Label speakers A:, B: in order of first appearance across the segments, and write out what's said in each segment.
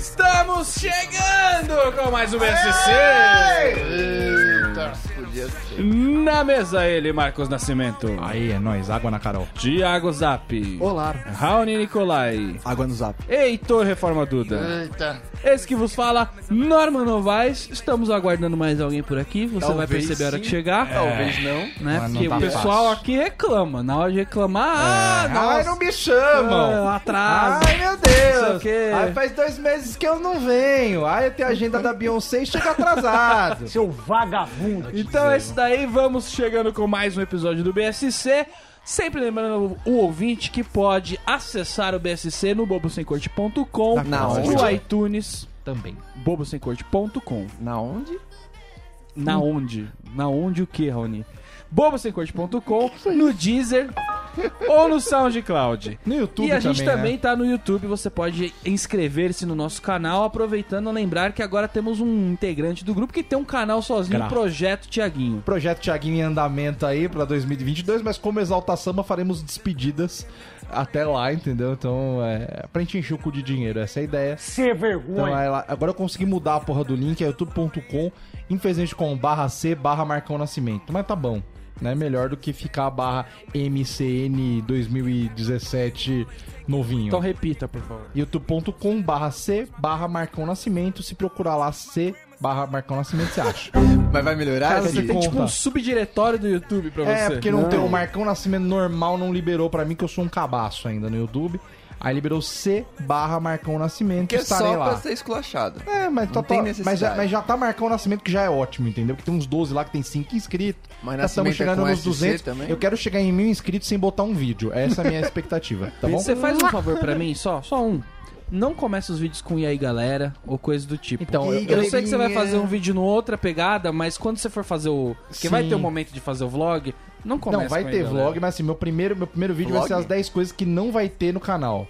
A: Estamos chegando com mais um SCC.
B: Eita, podia ser.
A: Na mesa ele, Marcos Nascimento.
C: Aí é nóis, água na Carol.
A: Thiago Zap.
B: Olá.
A: Raoni Nicolai.
C: Água no zap.
A: Heitor Reforma Duda.
B: Eita.
A: Esse que vos fala, Norman Novaes.
D: Estamos aguardando mais alguém por aqui, você vai
B: Talvez
D: perceber a hora que
B: sim.
D: chegar.
B: Talvez não.
D: Né?
C: Mas não
D: Porque
C: tá
D: o pessoal
C: fácil. É.
D: aqui reclama. Na hora de reclamar, ah,
B: Ai,
D: nossa,
B: não me chamam.
A: É,
D: ah, atraso.
B: Ai, meu
D: Não sei o
B: Deus.
D: quê.
B: Ai, faz dois meses que eu não venho. Ai, eu tenho a agenda da Beyoncé e chega atrasado.
E: Seu vagabundo.
A: Então é isso daí, vamos chegando com mais um episódio do BSC. Sempre lembrando o ouvinte que pode acessar o BSC no bobosemcorte.com,
B: Na
A: no
B: onde?
A: iTunes,
D: Também.
A: bobosemcorte.com.
B: Na onde?
A: Na onde? Na onde o que, Raoni? bobosemcorte.com, no Deezer ou no SoundCloud.
C: No YouTube
A: e a gente também
C: né?
A: tá no YouTube, você pode inscrever-se no nosso canal, aproveitando a lembrar que agora temos um integrante do grupo que tem um canal sozinho,
C: Gra-
A: Projeto Tiaguinho.
C: Projeto Thiaguinho em andamento aí pra 2022, mas como Exalta Samba faremos despedidas até lá, entendeu? Então é pra gente encher o cu de dinheiro, essa é a ideia.
E: Ser
C: Então,
E: vergonha.
C: aí lá- agora eu consegui mudar a porra do link, é youtube.com, infelizmente com barra C, barra Marcão Nascimento. Mas tá bom, né? Melhor do que ficar barra MCN 2017 novinho.
A: Então repita, por favor.
C: youtube.com barra C barra Marcão Nascimento. Se procurar lá C barra Marcão Nascimento, você acha.
B: Mas vai melhorar?
C: Cara,
B: esse-
C: você
A: Tem tipo
C: Conta.
A: um subdiretório do YouTube pra
C: é,
A: você.
C: porque não, tem o Marcão Nascimento normal não liberou pra mim, que eu sou um cabaço ainda no YouTube. Aí liberou C barra Marcão Nascimento,
B: Que é
C: estarei
B: só
C: lá.
B: pra ser esculachado.
C: É, mas, tá,
B: tem
C: tá-
B: necessidade.
C: mas, já, mas já tá Marcão Nascimento, que já é ótimo, entendeu? Porque tem uns 12 lá que tem 5 inscritos.
B: Mas
C: Já estamos
B: Nascimento é
C: chegando
B: com
C: nos
B: SC
C: 200.
B: também?
C: Eu quero chegar em mil inscritos sem botar um vídeo. Essa é a minha expectativa, tá bom?
A: Você faz um favor pra mim, só, só um. Não começa os vídeos com e aí galera ou coisa do tipo.
C: Então,
A: eu,
C: eu-
A: eu sei que você vai
B: galerinha.
A: fazer um vídeo no outra pegada, mas quando você for fazer o. Porque vai
C: Sim.
A: ter um momento de fazer o vlog, não começa
C: Não, vai
A: com e
C: ter
A: aí, galera.
C: vlog, mas assim, meu primeiro, meu primeiro vídeo vai
B: Vlog?
C: ser as 10 coisas que não vai ter no canal.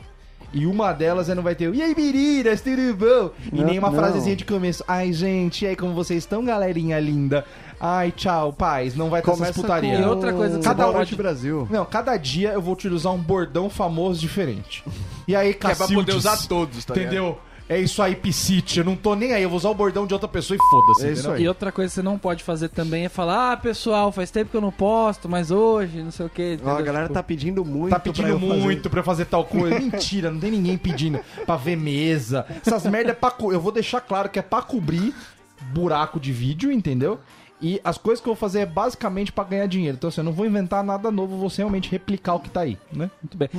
C: E uma delas é não vai ter o E aí, meninas, tudo bom? E
F: Não,
C: nem uma
F: não.
C: frasezinha de começo. Ai, gente, e aí como vocês estão, galerinha linda? Ai, tchau, paz. Não vai ter essas putaria.
A: E outra coisa que
C: Cada
A: você
C: um
A: pode...
F: Brasil.
C: Não, cada dia eu vou utilizar um bordão famoso diferente. E aí,
B: Que é
C: Cacildes,
B: pra poder usar todos, tá ligado?
C: Entendeu? É isso aí, Piscite. Eu não tô nem aí. Eu vou usar o bordão de outra pessoa e foda-se.
F: É isso
C: entendeu?
F: aí.
A: E outra coisa que você não pode fazer também é falar, ah, pessoal, faz tempo que eu não posto, mas hoje, não sei o quê.
F: Ó, a
A: entendeu?
F: galera
A: Tipo,
F: tá pedindo muito.
C: Tá
F: pra
C: pedindo
F: eu fazer.
C: muito pra eu fazer tal coisa. Mentira, não tem ninguém pedindo pra ver mesa. Essas merda é pra. co- Eu vou deixar claro que é pra cobrir buraco de vídeo, entendeu? E as coisas que eu vou fazer é basicamente pra ganhar dinheiro. Então, assim, eu não vou inventar nada novo, eu vou realmente replicar o que tá aí, né?
A: Muito bem.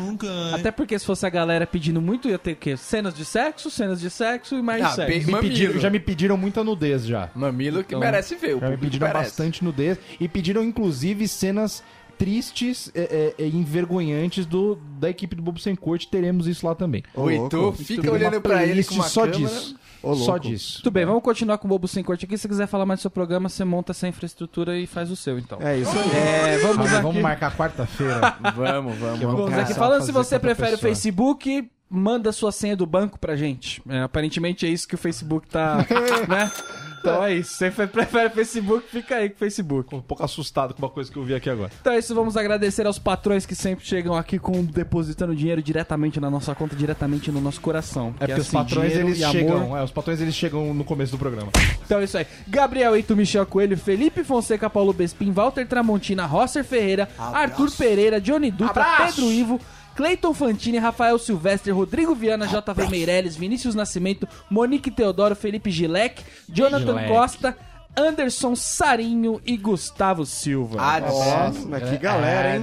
A: Até porque se fosse a galera pedindo muito, ia ter o quê? Cenas de sexo, cenas de sexo e mais
B: Ah,
A: sexo.
B: bem-
C: Me
B: Mamilo.
C: pediram, já me pediram muita nudez já.
B: Mamilo que merece ver.
C: Já
B: o
C: Então, me
B: público
C: pediram
B: merece.
C: bastante nudez. E pediram, inclusive, cenas tristes é, é, é, envergonhantes do, da equipe do Bobo Sem Corte. Teremos isso lá também.
F: Ô,
B: O Heitor
F: louco.
B: fica
C: Tem uma
B: olhando pra ele
C: playlist
B: com uma
C: só
B: câmera.
C: disso.
F: Ô,
C: Só
F: louco.
C: disso.
A: Tudo bem, vamos continuar com o Bobo Sem Corte aqui. Se quiser falar mais do seu programa, você monta essa infraestrutura e faz o seu, então.
F: É isso aí.
A: É, vamos
C: Vamos,
A: aqui.
C: vamos marcar quarta-feira.
B: Vamos, vamos.
C: vamos
A: Vamos
F: é
C: começar
A: aqui.
C: a
A: Falando se
C: fazer
A: você
C: com outra
A: prefere o
C: pessoa.
A: Facebook, manda sua senha do banco pra gente. É, aparentemente é isso que o Facebook tá, né? Então é isso. Se você prefere o Facebook, fica aí com o Facebook.
C: Tô um pouco assustado com uma coisa que eu vi aqui agora.
A: Então é isso, vamos agradecer aos patrões que sempre chegam aqui com depositando dinheiro diretamente na nossa conta, diretamente no nosso coração.
C: É porque os
A: assim,
C: patrões
A: dinheiro
C: eles
A: e amor.
C: chegam. É, os patrões eles chegam no começo do programa.
A: Então é isso aí. Gabriel Eito, Michel Coelho, Felipe Fonseca, Paulo Bespin, Walter Tramontina, Rosser Ferreira, Arthur Pereira, Johnny Dutra, Pedro Ivo, Cleiton Fantini, Rafael Silvestre, Rodrigo Viana, JV Meirelles, Vinícius Nascimento, Monique Teodoro, Felipe Gilek, Jonathan
C: Gilek.
A: Costa, Anderson Sarinho e Gustavo Silva.
C: Ah, é
F: Nossa, mas que galera, hein?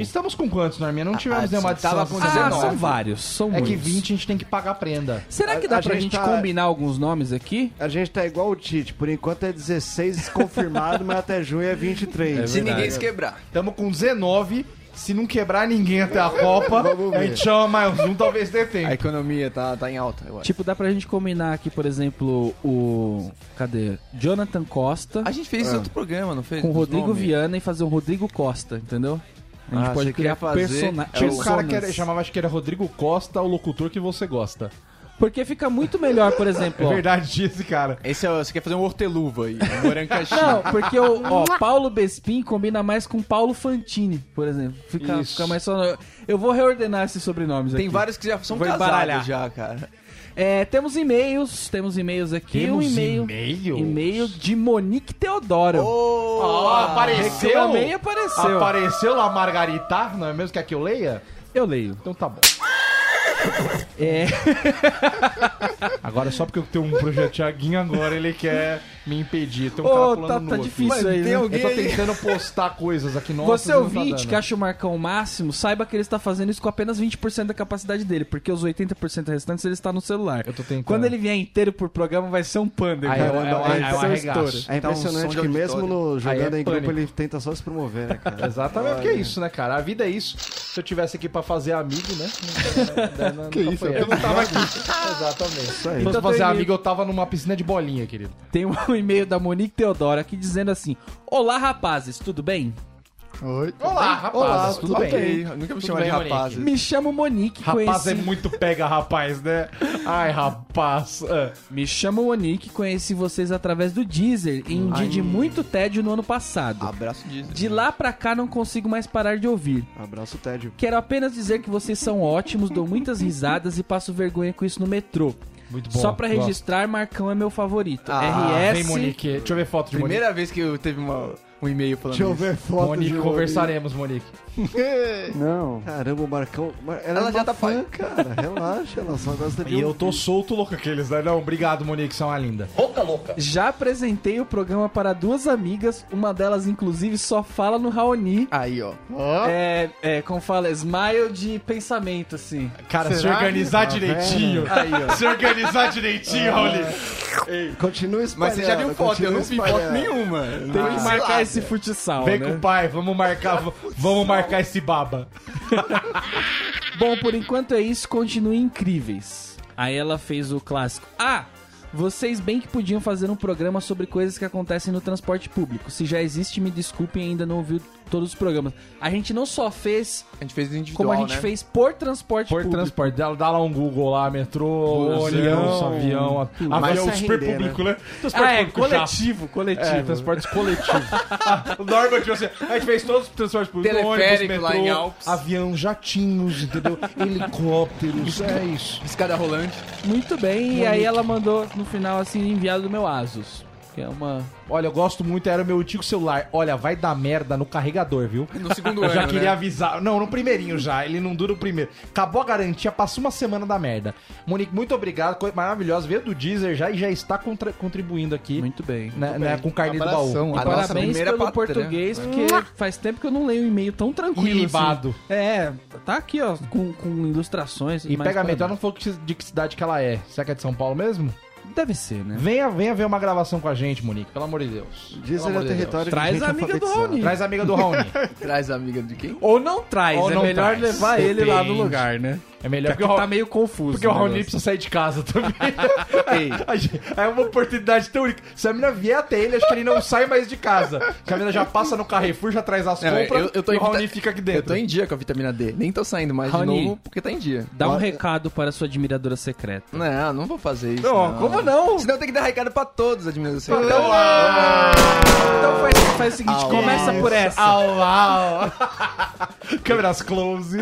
C: Estamos com quantos, Norminha? Não tivemos nenhuma de
B: tava com
A: É, Ah, são
B: 19.
A: vários, são
C: É que
A: muitos.
C: 20 a gente tem que pagar prenda.
A: Será que
F: A-
A: dá
F: a
A: pra
F: gente
A: gente
F: tá-
A: combinar alguns nomes aqui?
F: A gente tá igual o Tite. Por enquanto é 16 confirmado, mas até junho é 23.
B: Se ninguém se quebrar.
C: Tamo com 19. Se não quebrar ninguém até a Copa, a gente chama mais um, talvez dê tempo.
B: A economia tá, tá em alta, eu acho.
A: Tipo, dá pra gente combinar aqui, por exemplo, o. Cadê? Jonathan Costa
B: A gente
C: Ah.
B: fez outro programa, não fez?
A: com o Rodrigo
B: Nome?
A: Viana e fazer um Rodrigo Costa, entendeu? A gente
F: Ah,
A: pode
F: você
A: criar
F: quer fazer-
A: persona
C: Tinha um
A: personas.
C: cara que era- chamava, acho que era Rodrigo Costa, o locutor que você gosta.
A: Porque fica muito melhor, por exemplo. ó.
C: É Verdade disse, cara.
B: Esse é, o- você quer fazer um horteluva aí, um morango caxi.
A: Não, porque o ó, Paulo Bespin combina mais com Paulo Fantini, por exemplo. Fica,
C: Isso.
A: fica mais sonoro. Eu vou reordenar esses sobrenomes
B: Tem
A: aqui.
B: vários que já são
A: Vou embaralhar.
B: casados já, cara.
A: É, temos e-mails, temos e-mails aqui. um e-mail.
C: e-mail?
A: E-mail de Monique Teodoro.
B: Ô,
C: apareceu?
A: Reclamei e apareceu.
C: Apareceu lá Margarita, não é mesmo? Quer que eu leia?
A: Eu leio.
C: Então tá bom.
A: É,
C: Agora só porque eu tenho um projeto Thiaguinho agora, ele quer me impedir. Tem um cara
A: Ô,
C: pulando
A: tá-
C: nu
A: tá
C: aqui.
A: difícil
C: Mas
A: aí,
C: tem
A: né?
C: alguém Eu tô tentando postar coisas aqui nossas.
A: você
C: e não tá
A: ouvinte
C: dando.
A: que acha o Marcão o máximo, saiba que ele está fazendo isso com apenas 20% da capacidade dele, porque os 80% restantes ele está no celular.
C: Eu tô tentando.
A: Quando ele vier inteiro por programa, vai ser um panda.
C: Aí
A: cara.
C: eu- eu- eu-
A: Vai
C: eu- eu
A: ser um
C: arregaço.
A: estouro.
F: É
B: Então, som
F: impressionante
B: de
F: que mesmo
B: auditório.
F: no
C: Aí é
F: jogando em grupo
C: pânico.
F: ele tenta só se promover, né, cara?
C: Exatamente, porque é isso, né, cara? A vida é isso. Se eu tivesse aqui pra fazer amigo, né? que isso, eu não tava aqui. Exatamente.
F: Isso aí.
C: Então,
A: Então,
C: fazer
A: tem-
C: amigo, eu tava numa piscina de bolinha, querido.
A: Tem um e-mail da Monique Teodoro aqui dizendo assim: Olá, rapazes, tudo bem?
F: Oi.
C: Olá, rapazes, tudo
B: ok.
C: bem?
B: Nunca me
C: Tudo
B: chamaram de
C: bem, Monique?
B: rapazes.
A: Me chamo Monique,
C: Rapaz
A: conheci.
C: é muito pega, rapaz, né? Ai, rapaz. Ah.
A: Me chamo Monique, conheci vocês através do Deezer em um dia de muito tédio no ano passado.
B: Abraço disso.
A: De lá pra cá não consigo mais parar de ouvir.
F: Um Abraço, Tédio.
A: Quero apenas dizer que vocês são ótimos, dou muitas risadas e passo vergonha com isso no metrô.
C: Muito bom.
A: Só pra
C: gosto.
A: registrar, Marcão é meu favorito.
B: Ah,
C: Ah,
A: RS.
C: vem, Monique. Deixa eu ver foto de
B: Primeira vez que eu teve uma- um e-mail falando
F: Deixa eu
B: isso.
F: ver foto
C: Monique. Monique, conversaremos, Monique.
F: Não. Caramba, o Marcão. Mar- Ela, já tá fã, cara. Relaxa, ela só gosta de. um
C: E eu tô solto louco aqueles, né? Não, obrigado, Monique, são uma linda.
A: Já apresentei o programa para duas amigas, uma delas, inclusive, só fala no Raoni.
B: Aí, ó.
C: Ah.
A: É, é, como fala, smile de pensamento, assim.
C: Cara, se organizar direitinho. Se organizar direitinho, Rauli.
F: Continua
B: Mas
F: espalhando.
B: você já viu foto, eu
F: continua
B: não vi foto
F: espalhando.
B: nenhuma.
A: Tem
B: Ah,
A: que marcar esse futsal,
C: Vem
A: né?
C: com o pai, vamos marcar, v- vamos marcar esse baba.
A: Bom, por enquanto é isso, continuem incríveis. Aí ela fez o clássico. Ah, vocês bem que podiam fazer um programa sobre coisas que acontecem no transporte público. Se já existe, me desculpem, ainda não ouviu todos os programas. A gente não só fez
B: A gente fez individual,
A: como a gente
B: né?
A: fez por transporte
C: Por
A: público.
C: transporte, dá, dá lá um Google lá, metrô,
B: Busão.
C: ônibus, avião, a-
F: Mas
C: avião
F: se
C: super
F: render,
C: público, né?
A: Ah, é,
C: público já.
A: coletivo, coletivo.
C: É, transportes coletivos. O Norma de você. A gente fez todos os transportes públicos.
B: Teleférico
C: ônibus,
B: lá
C: metrô,
B: em Alpes.
C: Avião, jatinhos, entendeu? Helicópteros, é isso.
B: Escada rolante.
A: Muito bem, e aí ela mandou no final assim, enviado do meu Asus. Que é uma.
C: Olha, eu gosto muito, era o meu antigo celular. Olha, vai dar merda no carregador, viu?
B: No segundo
C: Eu
B: ano,
C: já queria
B: né?
C: avisar. Não, no primeirinho já. Ele não dura o primeiro. Acabou a garantia, passa uma semana da merda. Monique, muito obrigado. Coisa maravilhosa. Veio do Deezer já e já está contra- contribuindo aqui.
A: Muito bem.
C: né, né, com o carnê do baú.
B: Abração.
A: E
B: A nossa
A: parabéns
B: primeira
A: pelo
C: né?
B: pátria.
A: português, porque faz tempo que eu não leio um e-mail tão tranquilo. assim.
C: Ilibado.
A: É, tá aqui, ó, com, com ilustrações.
C: E
A: mas
C: pega a
A: parabéns.
C: metrô, ela não falou que- de que cidade que ela é. Será que é de São Paulo mesmo?
A: Deve ser, né?
C: Venha, venha ver uma gravação com a gente, Monique, pelo amor de Deus.
F: Diz
C: Pelo
F: ele
C: amor
F: é
C: de
F: território
A: Traz
F: de gente
A: a amiga do
F: alfabetizada.
A: Raoni.
C: Traz a amiga do Raoni.
B: Traz a amiga de quem?
A: Ou não traz,
C: Ou
A: é
C: não
A: melhor
C: traz.
A: levar ele lá no
C: Depende.
A: lugar, né?
C: É melhor
A: Porque
C: porque, o Ra-
A: tá meio confuso.
C: porque o Raoni
A: negócio.
C: precisa sair de casa também. A gente- é uma oportunidade tão única. Se a menina vier até ele, acho que ele não sai mais de casa. Que a menina já passa no Carrefour, já traz as
B: Não,
C: compras
B: eu- eu tô
C: e
B: em
C: o Raoni
B: vita-
C: fica aqui
B: Eu
C: dentro.
B: tô em dia com a vitamina D. Nem tô saindo mais
A: Raoni.
B: de novo porque tá em dia.
A: Dá um recado para sua admiradora secreta.
B: Não, não vou fazer isso.
C: Não, como não?
B: Senão tem que dar recado pra todos, administração.
A: Então faz, faz o seguinte, começa por essa.
C: Au, au. Câmeras close.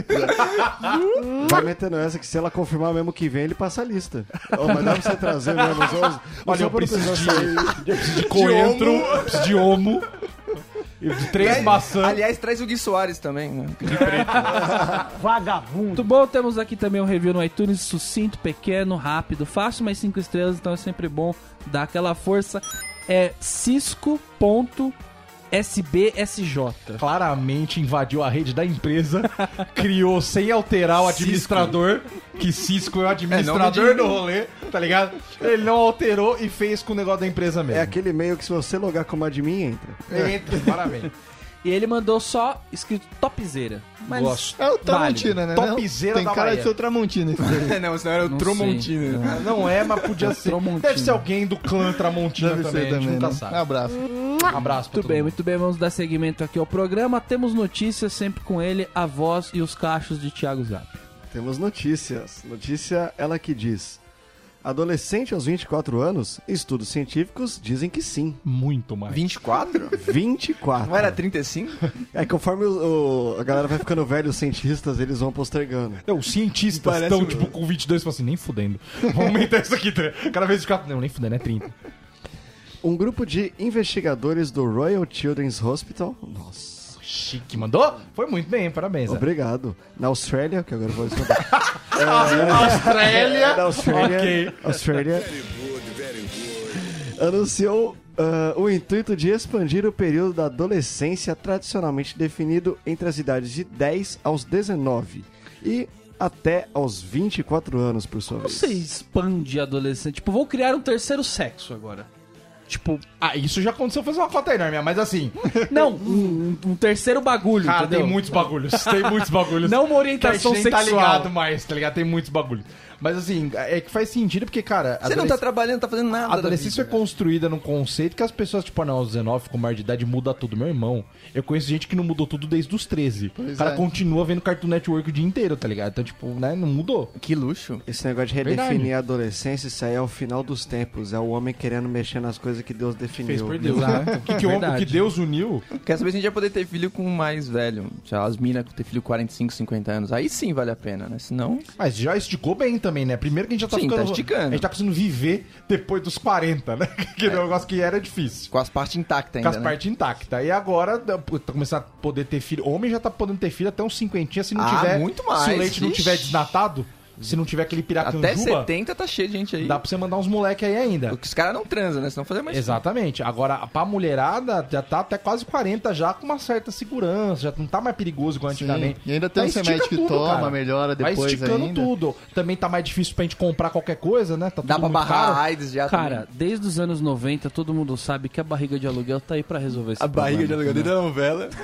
F: Vai metendo essa que se ela confirmar mesmo que vem, ele passa a lista. Ó, mas dá pra você trazer mesmo os onze.
C: Olha,
F: Só
C: eu
F: pra não
C: preciso
F: precisar
C: de-
F: sair.
C: Eu preciso de coentro, eu preciso de homo, eu preciso de três maçãs.
B: Aliás, traz o Gui Soares também, né?
A: Muito bom, temos aqui também um review no iTunes, sucinto, pequeno, rápido, fácil, mas 5 estrelas, então é sempre bom dar aquela força. É cisco.sbsj.
C: claramente invadiu a rede da empresa, criou sem alterar o administrador, que Cisco é o administrador
B: É, não me diga.
C: do rolê, tá ligado? Ele não alterou e fez com o negócio da empresa
F: É
C: mesmo.
F: aquele e-mail que se você logar como admin, entra.
C: Entra, parabéns.
A: E ele mandou só escrito topzeira. Mas
C: Gosto.
G: É o
A: válido.
G: Tramontina, né?
C: Topzera
G: Tem
C: da
G: cara
C: Bahia.
G: de ser o Tramontina. esse daí.
B: não, senão era o
A: Não
B: Tromontino.
A: sei.
C: Não é, mas podia ser.
A: Tramontina.
C: Deve ser alguém do clã Tramontina
G: Deve
C: também,
G: ser
C: a gente
G: também.
C: nunca
G: né?
C: sabe.
G: Um abraço.
C: Abraço pra
A: Muito
C: todo
A: bem,
C: mundo.
A: muito bem, vamos dar seguimento aqui ao programa. Temos notícias sempre com ele, a voz e os cachos de Thiago Zap.
F: Temos notícias. Notícia, ela que diz. Adolescente aos 24 anos? Estudos científicos dizem que sim.
C: Muito mais.
B: 24?
F: 24.
B: Não era 35?
F: É conforme o- o- a galera vai ficando velha, os cientistas, eles vão postergando.
C: É, os cientistas
B: Parece
C: estão,
B: um-
C: tipo, com 22 e falam assim, nem fudendo. Vamos aumentar isso aqui. tá? Cada vez fica... Não, nem fudendo, é 30.
F: Um grupo de investigadores do Royal Children's Hospital. Nossa.
C: Chique, mandou? Foi muito bem, parabéns. Zé.
F: Obrigado. Na Austrália, que agora eu vou esconder.
C: Austrália!
F: Na Austrália.
C: Ok.
F: Austrália. Anunciou ah, o intuito de expandir o período da adolescência tradicionalmente definido entre as idades de 10 aos 19 e até aos 24 anos, por sua vez.
A: Você expande adolescente. Tipo, vou criar um terceiro sexo agora. Tipo,
C: Ah, isso já aconteceu fazer uma cota enorme, mas assim...
A: não, um, um terceiro bagulho,
C: Cara,
A: entendeu?
C: tem muitos bagulhos, tem muitos bagulhos.
A: Não uma
C: Que a gente
A: orientação
C: nem
A: sexual.
C: tá ligado mais, tá ligado? Tem muitos bagulhos. Mas assim, é que faz sentido porque, cara...
B: Você não tá trabalhando, não tá fazendo nada.
C: A adolescência é
B: da vida,
C: construída num conceito que as pessoas, tipo, ah, não, aos 19, com maior de idade, muda tudo. Meu irmão, eu conheço gente que não mudou tudo desde os 13. o cara
B: é.
C: continua vendo Cartoon Network o dia inteiro, tá ligado? Então, tipo, né, não mudou.
B: velho. Que luxo.
F: Esse negócio de redefinir
C: Verdade.
F: a adolescência, isso aí é o final dos tempos. É o homem querendo mexer nas coisas que Deus definiu.
C: Fez por Deus.
A: Exato.
C: né? O que, que, o- o
A: Verdade.
C: que Deus uniu...
B: Quero saber se a gente vai poder ter filho com um mais velho. Sei lá, as minas ter filho com 45, 50 anos. Aí sim vale a pena, né? Senão.
C: Mas já esticou bem também, né? Primeiro que a gente já tá
B: Sim,
C: ficando...
B: tá esticando.
C: A gente tá conseguindo viver depois dos 40, né? Que é um negócio que era difícil.
B: Com as partes intactas
C: Com
B: ainda.
C: as
B: né?
C: partes intactas. E agora, tá começando a poder ter filho. Homem já tá podendo ter filho até uns cinquentinha se não
B: Ah,
C: tiver. Se
B: muito
C: o
B: mais.
C: leite não
B: Ixi.
C: tiver desnatado, se não tiver aquele piracanjuba,
B: Até 70 tá cheio de gente aí.
C: dá pra você mandar uns moleque aí ainda.
B: Os caras não transam, né? Senão fazer mais.
C: Exatamente. Agora, pra mulherada, já tá até quase 40 já, com uma certa segurança. Já não tá mais perigoso igual antigamente.
H: E ainda tem
C: Mas
H: uns
C: estica
H: remédios que
C: Tá tudo,
H: toma,
C: cara.
H: melhora
C: Vai
H: depois
C: esticando
H: ainda.
C: tudo. Também tá mais difícil pra gente comprar qualquer coisa, né? Tá
B: Dá
C: tudo
B: pra
C: muito
B: barrar
C: caro.
B: a AIDS já.
A: Cara,
B: também.
A: desde os anos 90, todo mundo sabe que a barriga de aluguel tá aí pra resolver esse
B: A barriga de
A: problema,
B: aluguel um dentro da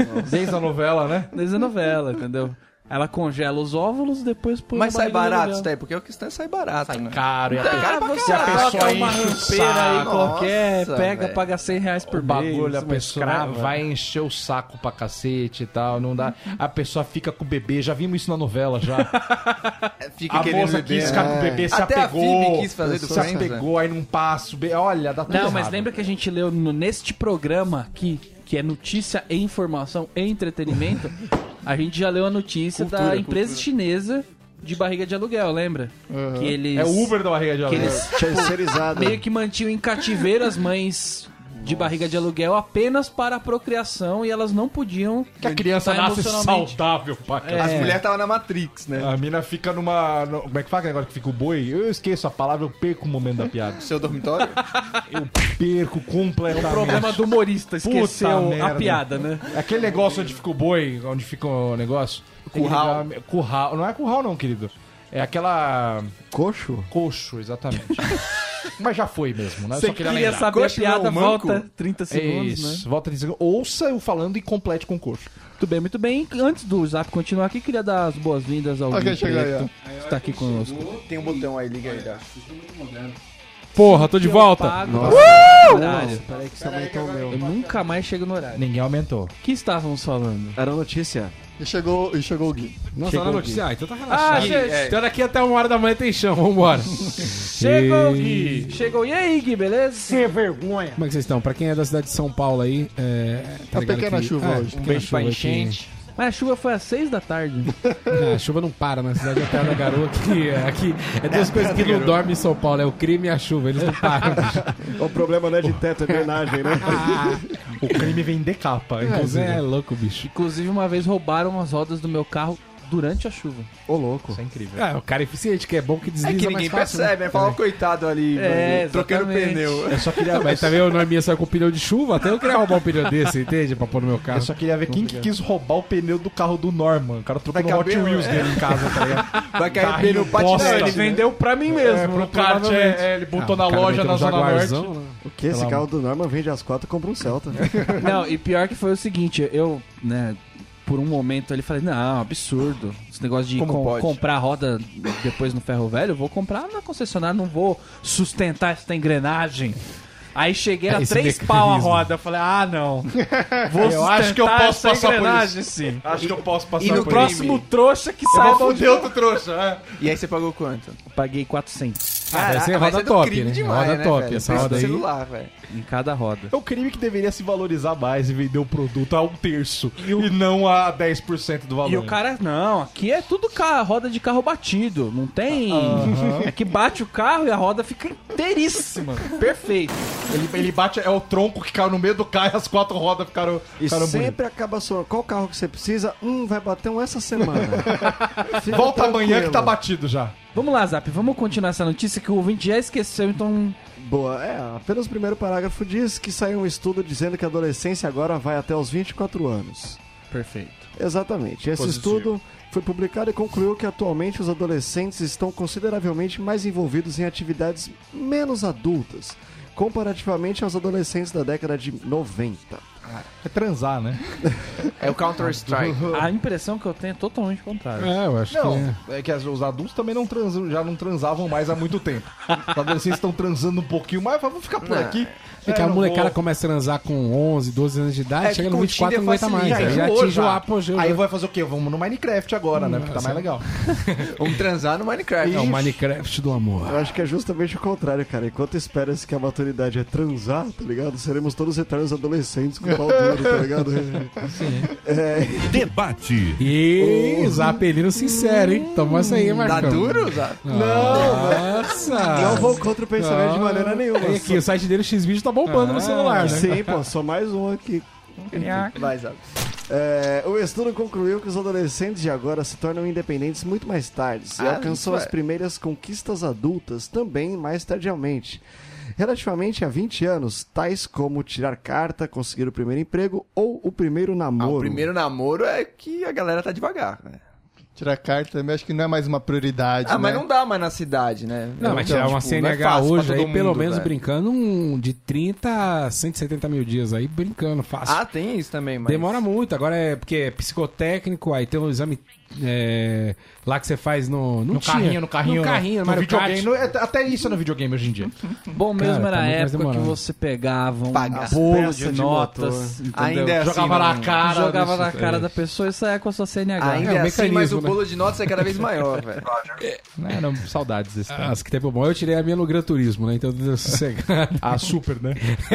B: novela.
C: Desde a novela, né?
A: entendeu? Desde a novela, entendeu? Ela congela os óvulos, depois põe
B: Mas
A: na
B: sai
A: barriga de
B: barato
A: aluguel.
B: isso daí, porque a questão é sai barato, né?
C: Caro. E a
A: Ah, você
C: E a
A: troca
C: pessoa
A: uma
C: enche o
A: rampeira aí
C: saco.
A: qualquer,
B: Nossa,
A: pega,
B: velho.
A: paga 100 reais por
C: o bagulho, a
A: mês, uma
C: pessoa é
A: escrava.
C: vai encher o saco pra cacete e tal, não dá. A pessoa fica com o bebê, já vimos isso na novela já.
B: É, Fica né?
C: a
B: querendo
C: moça
B: beber.
C: quis ficar com o bebê, se
B: Até a
C: apegou.
B: Phoebe quis fazer do
C: se
B: Friends,
C: apegou, aí não passa. o be- Olha, dá Tá tudo
A: né? Não, mas
C: errado.
A: lembra que a gente leu no- neste programa aqui, que é notícia e informação e entretenimento, a gente já leu a notícia da empresa chinesa de barriga de aluguel, lembra? Que eles
C: É o Uber da barriga de
A: que
C: aluguel.
A: eles
F: É, Terceirizado.
A: meio que mantinham em cativeiro as mães de barriga de aluguel apenas para a procriação e elas não podiam
C: Que a criança
A: tá
C: nasce
A: emocionalmente. É.
C: saudável, pá. cara.
B: As mulheres estavam na Matrix, né?
C: A mina fica numa. no- Como é que fala aquele negócio que fica o boi? Eu esqueço a palavra, eu perco o momento da piada.
B: Seu dormitório?
C: Eu perco completamente.
A: O É um problema do humorista, esqueceu a
C: merda.
A: piada, né?
C: Aquele negócio onde fica o boi, onde fica o negócio. tem que
B: Curral.
C: ligar- Curral. Não é curral, não, querido. É aquela.
F: Coxo?
C: Coxo, exatamente. Mas já foi mesmo, né? Eu
A: Você queria saber a
B: Coxa não é um
A: piada,
B: manco?
A: volta 30 segundos, né?
C: É Isso, volta de segundo. Ouça eu falando e complete com coxo.
A: Muito bem, muito bem. Antes do Zap continuar aqui, queria dar as boas-vindas ao
H: Olha quem
A: Gui
H: chegou aí, ó.
A: Preto, que está aqui conosco.
B: Tem um botão aí, liga aí. Dá.
C: Porra, tô de
A: Eu
C: volta.
A: pago o horário.
F: Uh! Peraí que essa mãe tá o meu.
A: Eu nunca mais chego no horário.
C: Ninguém aumentou.
A: O que estávamos falando?
F: Era notícia.
H: E chegou, e chegou o Gui.
I: Nossa,
F: Chegou
I: na
F: o
I: notícia. Ah, então tá relaxado.
A: Ah,
I: Ah,
A: che-
I: então daqui até uma hora da manhã tem chão, vambora.
A: chegou, Gui. Chegou. E aí, Gui, beleza?
I: Sem vergonha. Como é que vocês estão? Pra quem é da cidade de São Paulo aí, é. Tá ligado
H: pequena chuva
I: é,
H: hoje.
C: Um
I: pequena
B: Beijo pra
I: chuva aqui.
B: enchente.
A: Mas a chuva foi às seis da tarde.
I: É, a chuva não para na cidade até da garoa que é, aqui. É duas coisas que não dormem em São Paulo, é o crime e a chuva, eles não param.
F: O problema não é de teto, é drenagem, né?
C: O crime vem de capa,
I: Mas
C: inclusive.
I: é louco, bicho.
A: Inclusive, uma vez roubaram as rodas do meu carro durante a chuva.
F: Ô, louco.
C: Isso é incrível.
I: É, o cara é eficiente, que é bom que
B: É
I: desliza
B: que ninguém
I: mais fácil,
B: percebe, né? Fala o coitado ali,
A: É,
B: mano, trocando
A: exatamente.
B: pneu.
C: Eu só
I: né?
C: queria,
I: Ah, Mas também o Norminha saiu com pneu de chuva, até eu queria roubar um pneu desse, entende? Pra pôr no meu
C: eu
I: carro.
C: só queria ver quem que quis roubar o pneu do carro do Norman. O cara trocou
B: Vai
C: no Hot
B: caber,
C: Wheels
B: é.
C: dele em casa, tá ligado?
I: Ah,
B: Vai cair
C: Carrinho
B: pneu
C: bosta.
B: patinete.
C: Ele
A: vendeu pra mim
C: É, pro kart, é, é, ele botou
I: né?
C: na
I: Ah, o cara
C: loja
I: meteu
C: na
I: um
C: Zona Norte.
I: Jaguarzão, né?
F: O que? Esse
C: Pelo
F: carro do Norman vende as quatro e compra um Celta.
A: Não, e pior que foi o seguinte, eu, né, por um momento ele falei, não, absurdo. Esse negócio de
B: Como
A: com-
B: pode?
A: comprar roda depois no ferro velho, eu vou comprar na concessionária, não vou sustentar essa engrenagem. Aí cheguei, era
I: É Esse
A: três pau a
I: mecanismo.
A: roda. Eu Falei, ah, não. Vou
C: Eu acho que eu
A: sustentar essa
C: posso passar por
A: engrenagem, sim.
C: Acho que eu posso passar
B: e no
C: por isso.
A: Próximo trouxa que
C: Eu vou
A: saiba onde
C: foder outro trouxa, é.
B: E aí você pagou quanto?
A: Paguei 400
I: Ah, deve ser
B: mas
I: roda
B: é do
I: top,
B: crime
I: né? Roda top,
B: velho?
I: essa
B: Preço
I: roda
B: do
I: aí.
B: celular, velho.
A: em cada roda.
C: É o crime que deveria se valorizar mais e vender o produto a um terço e, não a 10% do valor.
A: E o cara, não, aqui é tudo ca- roda de carro batido, não tem. É que bate o carro e a roda fica inteiríssima. Perfeito.
C: Ele, ele bate, é o tronco que caiu no meio do carro e as quatro rodas ficaram,
F: E
C: ficaram
F: sempre acaba só. Qual carro que você precisa? Hum, vai bater um essa semana. Fica
C: bonitas. Volta amanhã
F: tranquilo.
C: que tá batido já.
A: Vamos lá, Zap, vamos continuar essa notícia que o ouvinte já esqueceu, então.
F: Boa, é, apenas o primeiro parágrafo diz que saiu um estudo dizendo que a adolescência agora vai até os 24 anos.
A: Perfeito.
F: Exatamente. Esse
C: Positivo.
F: estudo foi publicado e concluiu que atualmente os adolescentes estão consideravelmente mais envolvidos em atividades menos adultas, comparativamente aos adolescentes da década de 90.
C: É transar, né?
B: É o Counter-Strike.
A: A impressão que eu tenho é totalmente contrária.
I: É, eu acho que é.
C: Não, é que as- os adultos também não transam, já não transavam mais há muito tempo. Os adolescentes estão transando um pouquinho mais, vamos ficar por
B: Não.
C: aqui.
I: É que
C: É,
I: a
C: não
I: molecada
C: vou.
I: começa a transar com 11, 12 anos de idade,
B: É que
I: chega no
B: com
I: 24 não
B: Tinder
I: atinge mais.
B: facilita,
I: Aí já
C: enjoou
I: atinge o
C: já.
I: apogeu.
C: é.
I: né?
C: Aí
I: já.
C: vai fazer o quê? Vamos no Minecraft agora, né? Fica mais legal.
B: Vamos transar no Minecraft.
I: É o Minecraft do amor.
F: Eu acho que é justamente o contrário, cara. Enquanto espera-se que a maturidade é transar, tá ligado? Seremos todos eternos adolescentes com pau duro, tá ligado?
H: Debate.
I: E zapelino sincero, hein? Tomou essa aí,
B: Tá
I: Marcão.
B: duro, Zap?
I: Nossa!
F: Não vou contra o pensamento de
I: Não.
F: maneira nenhuma.
I: E aqui, o site dele, o Xvideo, tá bombando
C: Ah,
I: no celular, né?
F: Sim, pô, só mais um aqui.
B: Vai, Zap.
F: É, o estudo concluiu que os adolescentes de agora se tornam independentes muito mais tarde e
B: Ah,
F: alcançam
B: isso
F: as
B: é.
F: primeiras conquistas adultas também mais tardiamente. Relativamente a 20 anos, tais como tirar carta, conseguir o primeiro emprego ou o primeiro
B: Ah,
F: namoro.
B: o primeiro namoro é que a galera tá devagar. né?
J: Tirar carta também acho que não é mais uma prioridade.
B: Ah, mas
J: né?
B: não dá mais na cidade, né?
I: Não, mas
B: Então,
I: tirar uma
B: tipo, não é
I: CNH
B: fácil pra
I: hoje aí,
B: todo
I: pelo
B: mundo,
I: menos
B: velho.
I: brincando, um de 30 a 170 mil dias aí, brincando, fácil.
B: Ah, tem isso também, mas...
I: Demora muito, agora é porque é psicotécnico, aí tem um exame é, lá que você faz no. Não
C: No
I: tinha.
C: carrinho, no carrinho.
I: No carrinho, né? no Mario
C: videogame.
I: Kart.
C: no- é- até isso é no videogame hoje em dia.
A: Bom
I: Cara,
A: mesmo
I: tá
A: era a
I: muito mais
A: época que
I: demorado.
A: você pegava um
B: Pagar.
A: bolo
F: Peça
A: de
F: de
A: notas, entendeu?
B: Ainda é assim,
C: Jogava na
B: mano.
C: cara.
A: né? jogava
C: bicho.
A: na cara é da pessoa e saia com a sua CNH.
B: Ainda
I: É, o
B: é, assim, mas
I: mecanismo,
B: o
I: né?
B: bolo de notas é cada vez maior, velho.
J: Não, Eram saudades desse tempo.
I: Ah, que tempo bom. Eu tirei a minha no Gran Turismo, né? Então deu sossegado.
C: Ah, super, né?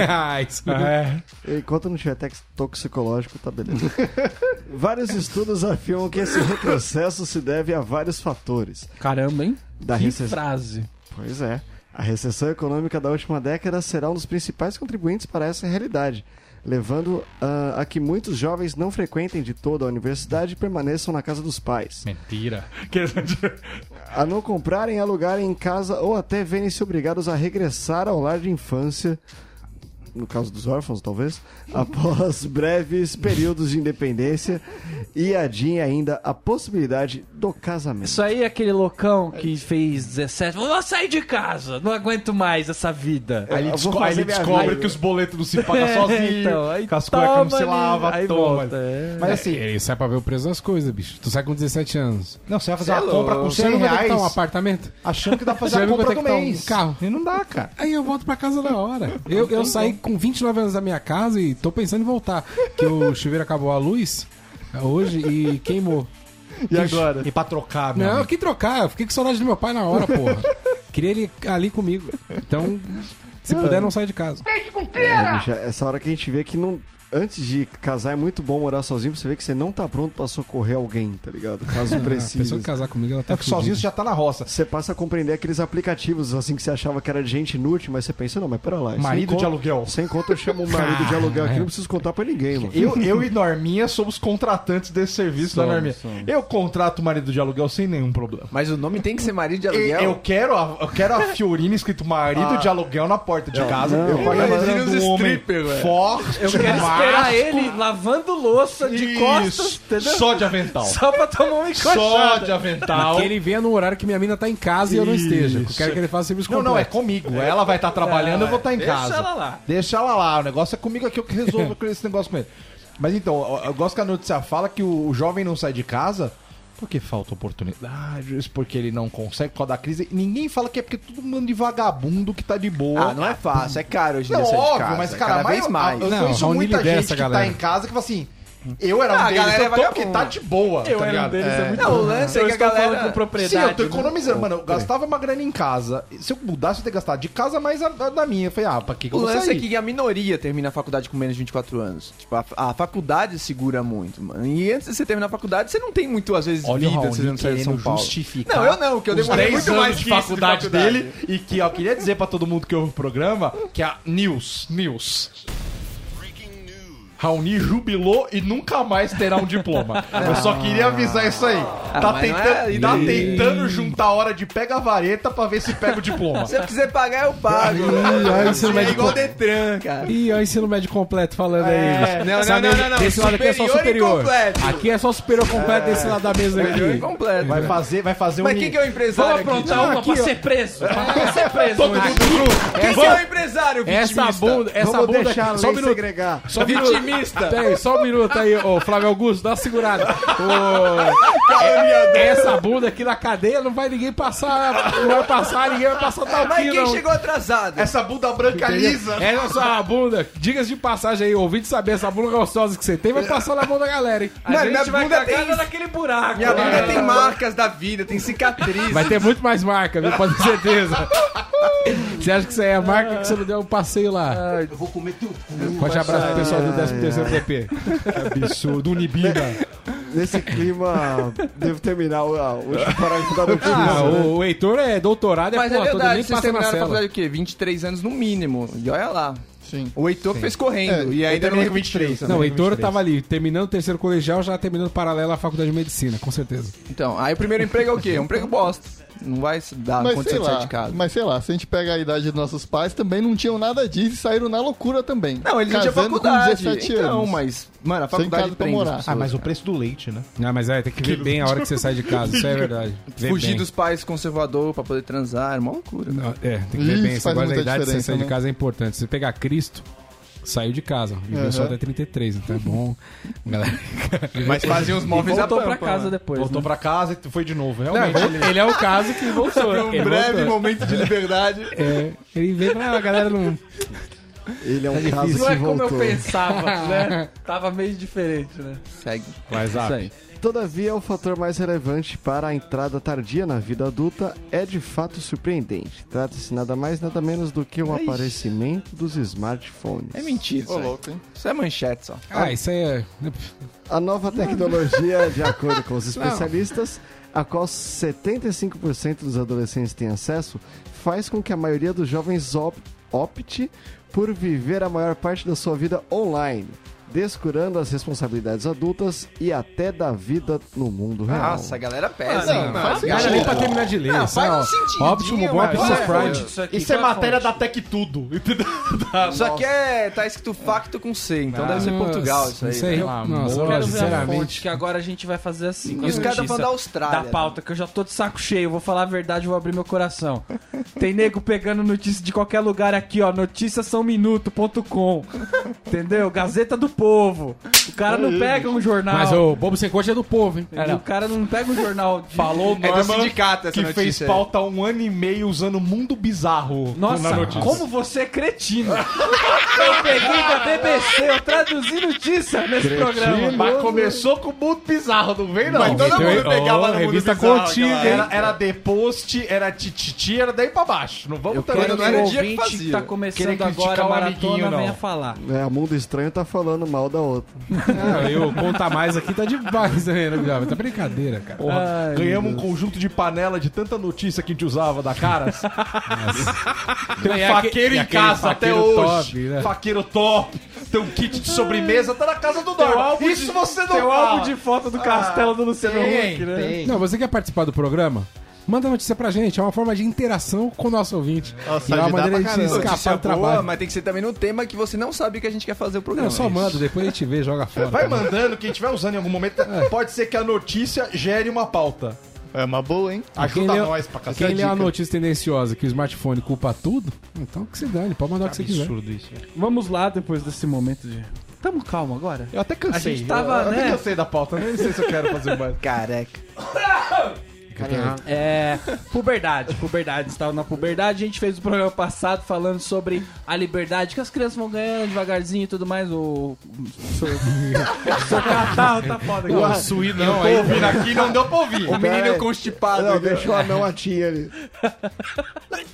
I: ah, isso
C: É.
F: Enquanto não tiver tex- toxicológico, tá beleza. Vários estudos afirmam que esse retrocesso se deve a vários fatores.
A: Caramba, hein?
F: Da
A: que
F: recessão.
A: frase.
F: Pois é. A recessão econômica da última década será um dos principais contribuintes para essa realidade, levando ah, a que muitos jovens não frequentem de todo a universidade e permaneçam na casa dos pais.
C: Mentira.
F: A não comprarem, alugarem em casa ou até verem-se obrigados a regressar ao lar de infância. No caso dos órfãos, talvez, após breves períodos de independência e adiem ainda a possibilidade do casamento.
A: Isso aí é aquele loucão que fez 17. Vou sair de casa, não aguento mais essa vida.
C: Aí ele,
F: Eu vou
C: desco- aí
F: fazer
C: ele
F: minha
C: descobre
F: vida.
C: que os boletos não se pagam É, sozinho,
A: então, aí
C: que as cuecas não
A: toma
C: se
A: ali,
C: lavam,
A: aí
C: toma.
A: volta, é.
C: Mas assim,
I: Ele sai pra ver o preço das coisas, bicho. Tu sai com 17 anos.
C: não, você vai fazer
B: Cê é
C: uma compra com
B: louco.
C: 100
I: não vai ter que
C: reais,
I: dar um apartamento?
C: achando que dá pra
I: Já
C: fazer a
I: viu
C: compra
I: quanto é
C: do
I: que tá um
C: mês.
I: carro?
C: E não dá, cara.
I: Aí eu volto pra casa na hora. Eu, eu saí com 29 anos da minha casa e tô pensando em voltar. Que o chuveiro acabou a luz é hoje e queimou.
J: E agora?
C: E pra trocar, meu
I: Não,
C: amigo.
I: que trocar. Eu fiquei com saudade do meu pai na hora, porra. Queria ele ali comigo. Então, se puder, não sai de casa.
F: É, bicho, essa hora que a gente vê que não. Antes de casar é muito bom morar sozinho pra você ver que você não tá pronto pra socorrer alguém, tá ligado? Caso
I: A pessoa
F: precise.
I: que casar comigo, ela tá
C: É que sozinho você já tá na roça.
F: Você passa a compreender aqueles aplicativos assim que você achava que era de gente inútil, mas você pensa, não, mas pera lá.
C: Marido de aluguel.
F: Sem conta eu chamo o marido de aluguel aqui, não preciso contar pra ninguém, mano.
C: Eu, eu e Norminha somos contratantes desse serviço da Norminha. Eu contrato o marido de aluguel sem nenhum problema.
B: Mas o nome tem que ser marido de
C: E-
B: aluguel.
C: Eu quero a, eu quero a Fiorina escrito marido de aluguel na porta de casa.
F: não.
C: eu
F: Eu
B: imagino
C: imagino
B: os
C: um homem
B: stripper, velho.
C: forte,
A: Eu quero esperar ele lavando louça de
C: Isso,
A: costas, entendeu?
C: Só de avental.
A: Só pra tomar um uma
C: Só
A: encoxada.
C: de avental.
I: Que ele venha no horário que minha mina tá em casa e eu não esteja. Eu quero que ele faça serviço
C: Não, não, é
I: completo.
C: comigo. Ela vai estar trabalhando, eu vou estar em
A: Deixa
C: casa.
A: ela lá.
C: Deixa ela lá, o negócio é comigo aqui, eu que resolvo com esse negócio com ele. Mas então, eu, eu gosto que a notícia fala que o, o jovem não sai de casa Porque falta oportunidades, porque ele não consegue por causa da crise. Ninguém fala que é porque todo mundo de vagabundo que tá de boa.
B: Ah, não é fácil, é caro hoje em
C: Não,
B: dia sair de
C: óbvio,
B: casa.
C: mas, cara,
B: cada
C: mas
B: vez mais.
C: Eu, eu
I: Não,
C: conheço
I: Raoni
C: muita
I: lidera
C: gente
I: essa
C: que tá
I: galera.
C: em casa que fala assim, eu era um
B: Ah, a
C: deles,
B: galera
C: eu
B: é
C: tô que
B: vagabunda.
C: tá de
A: Eu
C: boa, tá
A: era um
C: ligado?
A: deles, é, muito
B: Não, o lance é
A: Eu
B: que a
A: estou falando
B: galera-
A: com
C: Sim,
A: propriedade.
C: eu tô
A: né?
C: economizando, mano. Eu
B: É.
C: gastava uma grana em casa. Se eu mudasse, eu ia ter gastado de casa mais a, a da minha. Eu falei, ah, pra que, que
B: O
C: eu vou
B: lance é
C: sair?
B: que a minoria termina a faculdade com menos de 24 anos. Tipo, a, a faculdade segura muito, mano. E antes de você terminar a faculdade, você não tem muito, às vezes,
C: Olha o
B: vida
C: Raoni
B: se você não sair de São
C: querendo
B: Paulo.
C: justificar
B: Não, eu não, que eu
C: os
B: demorei
C: 10
B: muito mais
C: anos
B: que
C: de
B: isso
C: faculdade, dele e que ó, queria dizer pra todo mundo que ouve o programa que é a News, News. Raoni jubilou e nunca mais terá um diploma. Eu só queria avisar isso aí. Tá,
B: mas não
C: tentando,
B: é-
C: tá tentando juntar a hora de pega a vareta pra ver se pega o diploma.
B: Se eu quiser pagar, eu pago.
I: aí você
B: é
I: mede
B: igual Detran, cara.
I: Ih, olha o ensino médio completo falando aí.
B: É. Não, não, não, não, não.
I: Desse lado aqui é só
B: Superior e
I: superior.
B: completo.
I: Aqui é só superior completo desse lado da mesa
B: Superior
I: aqui.
B: e completo.
C: Vai fazer, vai fazer
B: Mas
C: um.
B: quem que é o empresário
A: Vamos
B: aqui?
A: aprontar uma pra ser preso. Pra ser preso.
C: Todo mundo cru.
B: Quem que é o empresário
I: Essa
B: vitimista?
I: bunda, essa bunda.
F: deixar a
I: Só um
F: lei
I: minuto.
F: segregar.
I: Só um minuto.
B: Vitimista.
I: Peraí, só um minuto aí, ô Flávio Augusto, dá uma segurada. Ô, essa bunda aqui na cadeia não vai ninguém passar, não vai passar, ninguém vai passar tal
B: Mas quem
I: não.
B: chegou atrasado? É,
C: Essa bunda branca lisa.
I: Essa sua bunda, diga-se de passagem aí, ouvinte saber, essa bunda gostosa que você tem vai passar na mão da galera, hein?
A: A
B: Mano,
A: gente
B: minha
A: vai
B: bunda
A: cagar
B: tem isso.
A: naquele buraco.
B: Minha
A: né?
B: bunda tem marcas da vida, tem cicatriz.
I: Vai ter muito mais marca, viu? Pode ter certeza. Você acha que isso aí é marca que você não deu um passeio lá?
F: Eu vou comer teu cu.
I: Forte abraço pro pessoal do 13º TP.
C: Absurdo, Unibida.
F: Nesse clima, devo terminar o, a- o último parágrafo da notícia.
I: Ah,
F: né?
I: o, o Heitor é doutorado, é,
B: Mas
I: pô,
B: é
I: todo mundo
B: verdade,
I: nem
B: vocês
I: passa na
B: terminaram a
I: cela.
B: faculdade o quê? 23 anos no mínimo. E olha lá.
J: Sim. É,
B: O Heitor fez correndo. e ainda não
C: terminei com
B: repetiu.
C: 23.
J: né?
I: Não, o Heitor tava ali, terminando o terceiro colegial, já terminando paralelo à faculdade de medicina, com certeza.
B: Então, aí o primeiro emprego é o quê? É um emprego bosta. Não vai se dar
J: Mas sei,
B: condição de sair
J: lá,
B: de casa.
J: mas sei lá, se a gente pega a idade dos nossos pais, também não tinham nada disso e saíram na loucura também.
B: Não, eles não tinham
J: Casando
B: faculdade.
J: Com 17
B: então,
J: anos.
B: mas... Mano, a
J: Sem
B: faculdade
J: casa pra
B: prende as
J: morar.
B: pessoas,
C: Ah, mas o
B: cara.
C: preço do leite, né?
I: Ah, mas é, tem que ver bem a hora que você sai de casa, isso é verdade. Vê
B: Fugir
I: bem.
B: dos pais conservador pra poder transar. É uma loucura.
I: Não, é, tem que ver
J: Isso
I: bem. Esse
J: faz
I: negócio da
J: muita
I: idade que você
J: diferença,
I: sair de
J: né?
I: casa é importante. Se você pegar Cristo, saiu de casa. Viveu só até 33, então é bom. Galera,
B: Mas faziam os móveis
A: Voltou
B: a
A: pra
J: né?
A: casa depois. né?
C: Voltou pra casa e foi de novo, realmente.
I: ele... é o caso que voltou.
J: um
I: ele, voltou.
B: momento de liberdade.
I: É, ele veio pra a galera não.
F: Ele é um caso
A: Não
F: que
A: é como
F: voltou.
A: eu pensava, né? Tava meio diferente, né?
B: Segue.
I: Mas ah,
F: Todavia, o fator mais relevante para a entrada tardia na vida adulta é de fato surpreendente. Trata-se nada mais nada menos do que o aparecimento dos smartphones.
B: É mentira isso
J: Ô,
B: aí.
J: louco, hein?
B: Isso é manchete só.
I: ah, isso aí é.
F: A nova tecnologia, de acordo com os especialistas, a qual 75% dos adolescentes têm acesso, faz com que a maioria dos jovens op- opte por viver a maior parte da sua vida online, descurando as responsabilidades adultas e até da vida no mundo real.
B: Nossa, a galera pesa,
J: Ah,
B: hein?
J: não,
B: Faz
J: não.
I: Cara, tá- nem pra terminar de ler. é
B: Não,
I: sai,
B: faz um
I: ó.
B: sentido,
I: Optimum bom,
B: mas
I: Pixel
B: é.
I: Pride.
A: aqui,
C: Isso é
A: qual a
C: matéria
A: fonte?
C: da Tech Tudo. entendeu?
B: Só que é, tá escrito facto com C, então deve
C: Ah,
B: ser Portugal isso aí.
I: é Isso aí,
B: né?
I: nossa,
A: Eu quero ver a fonte,
I: sinceramente.
A: que agora a gente vai fazer assim. com
B: E
A: a
B: os caras estão
A: notícia
B: falando da Austrália.
A: Da né? pauta, que eu já tô de saco cheio, vou falar a verdade, vou abrir meu coração. Tem nego pegando notícia de qualquer lugar aqui, ó, noticiasãominuto.com. Entendeu? Gazeta do Povo. O cara não pega um jornal.
I: Mas o Bobo Sem Coxa é do povo, hein?
A: O cara não pega um jornal. de-
C: Falou
B: É do
C: Norman,
B: sindicato essa
C: que
B: notícia
C: fez
B: aí.
C: pauta um ano e meio usando Mundo Bizarro
A: Nossa,
C: na notícia.
A: como você é cretino! eu peguei da BBC, eu traduzi notícia né? nesse programa.
C: Mas começou com o Mundo Bizarro, não vem não.
I: Mas todo mundo
C: Então,
I: pegava
C: ó,
I: no Mundo
C: revista
I: Bizarro,
C: contigo,
I: galera.
C: Era, era The Post, era Tititi, era daí pra baixo. Não vamos
A: Eu quero
B: não
A: que
B: era
A: o
B: dia que
A: ouvinte que,
B: fazia.
A: tá
C: Querer
A: começando
C: criticar
A: agora a
C: o
A: maratona
C: amiguinho, não.
A: venha falar.
F: É, a Mundo Estranho tá falando mal da outra.
I: Não, eu contar mais aqui tá demais, né? Gabriel? Tá brincadeira, cara.
C: Porra, ganhamos um conjunto de panela de tanta notícia que a gente usava da Caras. Tem um
I: E aque-
C: faqueiro
I: e
C: em
I: aquele
C: casa até
I: faqueiro
C: hoje.
I: top, né?
C: Faqueiro top. Tem um kit de sobremesa, tá na casa do Dorma.
A: álbum
C: Isso você não
A: Tem um
C: fala.
A: álbum de foto do castelo do Luciano
C: Tem,
A: Huck, né?
C: tem.
I: Não, você quer participar do programa? Manda notícia pra gente, é uma forma de interação com o nosso ouvinte.
J: Nossa,
I: e é uma
J: ajuda pra
I: maneira de se
J: caramba.
I: escapar
B: né? Notícia
I: do
B: boa,
I: trabalho.
B: mas tem que ser também no tema que você não sabe que a gente quer fazer o programa.
I: Não, só manda, depois a gente vê, joga fora.
C: Vai mandando, quem estiver usando em algum momento, pode ser que a notícia gere uma pauta.
J: É uma boa, hein?
C: Ajuda nós pra
I: cacete.
C: cacete.
I: Quem lê a
C: Dica.
I: notícia tendenciosa que o smartphone culpa tudo, então que se dane, pode mandar o que você quiser.
C: Absurdo isso.
A: Vamos lá, depois desse momento de Tamo calmo agora.
C: Eu até cansei.
A: A gente tava,
C: eu, eu
A: né?
C: até cansei da pauta, nem sei se eu quero fazer mais.
B: Careca.
A: É, puberdade, puberdade, estava na puberdade. A gente fez o programa passado falando sobre a liberdade que as crianças vão ganhando devagarzinho e tudo mais. O seu, seu catarro tá foda.
I: Não, suí não, aí.
B: aqui não deu pra ouvir. O é menino constipado.
F: Não, deixa o anão atinha tá ali.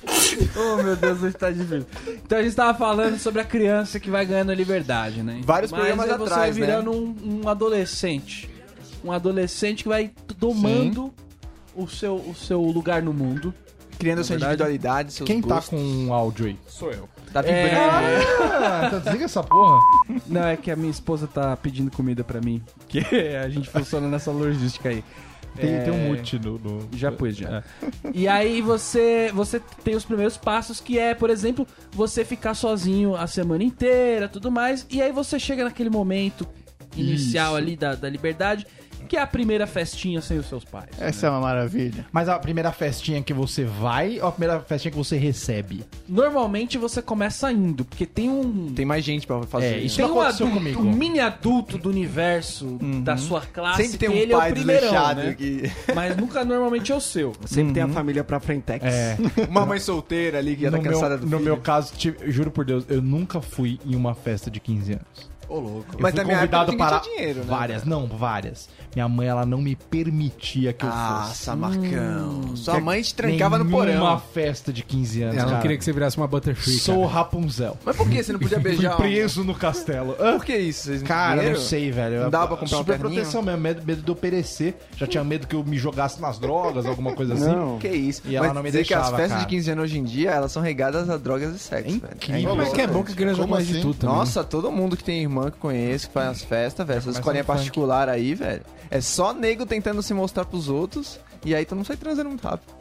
A: Oh, meu Deus, hoje tá difícil. Então a gente tava falando sobre a criança que vai ganhando a liberdade, né?
B: Vários
A: Mas
B: programas
A: aí você
B: atrás,
A: vai virando um, um adolescente. Um adolescente que vai t- domando o seu, o seu lugar no mundo.
B: Criando sua individualidade, seus
C: Quem tá É.
B: gostos.
C: com um áudio aí?
B: Tá vibrando.
C: Ah, então desliga essa porra.
A: Não, é que a minha esposa tá pedindo comida pra mim. Que a gente funciona nessa logística aí.
C: Tem,
A: É,
C: tem um mute no. no-
A: Já pus, já. E aí você, você tem os primeiros passos, que é, por exemplo, você ficar sozinho a semana inteira, tudo mais. E aí você chega naquele momento inicial ali da, da liberdade, que é a primeira festinha sem os seus pais.
H: Essa é uma maravilha.
C: Mas a primeira festinha que você vai ou a primeira festinha que você recebe?
A: Normalmente você começa indo, porque tem um...
B: Tem mais gente pra fazer.
C: É, isso
A: tem
C: não
A: um
C: aconteceu
A: adulto,
C: comigo.
A: um mini adulto do universo, da sua
C: Ah,
A: classe,
B: Sempre tem um
A: que ele é
B: pai
A: o primeirão,
B: desleixado
A: né?
B: que...
A: Mas nunca normalmente é o seu.
F: Sempre tem a família pra frentex.
C: É.
B: Uma mãe solteira ali que já tá
C: no
B: cansada
C: meu,
B: do
C: no
B: filho.
C: meu caso, tive- juro por Deus, eu nunca fui em uma festa de 15 anos.
B: Ô, louco.
C: Eu
B: Mas
C: fui
B: também é
C: convidado para
B: dinheiro, né?
C: várias, não, várias. Minha mãe ela não me permitia que eu
B: Ah,
C: fosse. Hum. é
B: Samarcão. Sua mãe te trancava no
C: Nenhuma
B: porão.
C: festa de 15 anos,
I: Ela não
C: cara.
I: queria que você né? virasse uma Butterfree.
C: Sou Rapunzel.
B: Mas por que você não podia beijar?
C: Fui preso no castelo. Hã?
B: Por que isso? Vocês não
C: Cara, eu
B: comeram?
C: não sei, velho.
B: Não
C: Eu-
B: dava pra comprar um
C: Super
B: terninho?
C: proteção mesmo, medo, medo de eu perecer. Já tinha medo que eu me jogasse nas drogas, alguma coisa assim.
F: Não.
B: Que isso?
C: E ela
B: Mas
C: não me
B: dizer que as
C: deixava,
B: festas
C: cara.
B: de 15 anos hoje em dia, elas são regadas a drogas e sexo, velho.
C: incrível.
I: Como é que é bom que a criança
J: Como
I: gosta de
J: assim?
I: tudo também.
B: Nossa, todo mundo que tem irmã que conhece, que faz as festas, velho.
C: é
B: Essas
I: começa
C: um
B: escolinhas
I: no funk.
B: particular aí, velho. É só nego tentando se mostrar pros outros. E aí tu não sai transando muito rápido.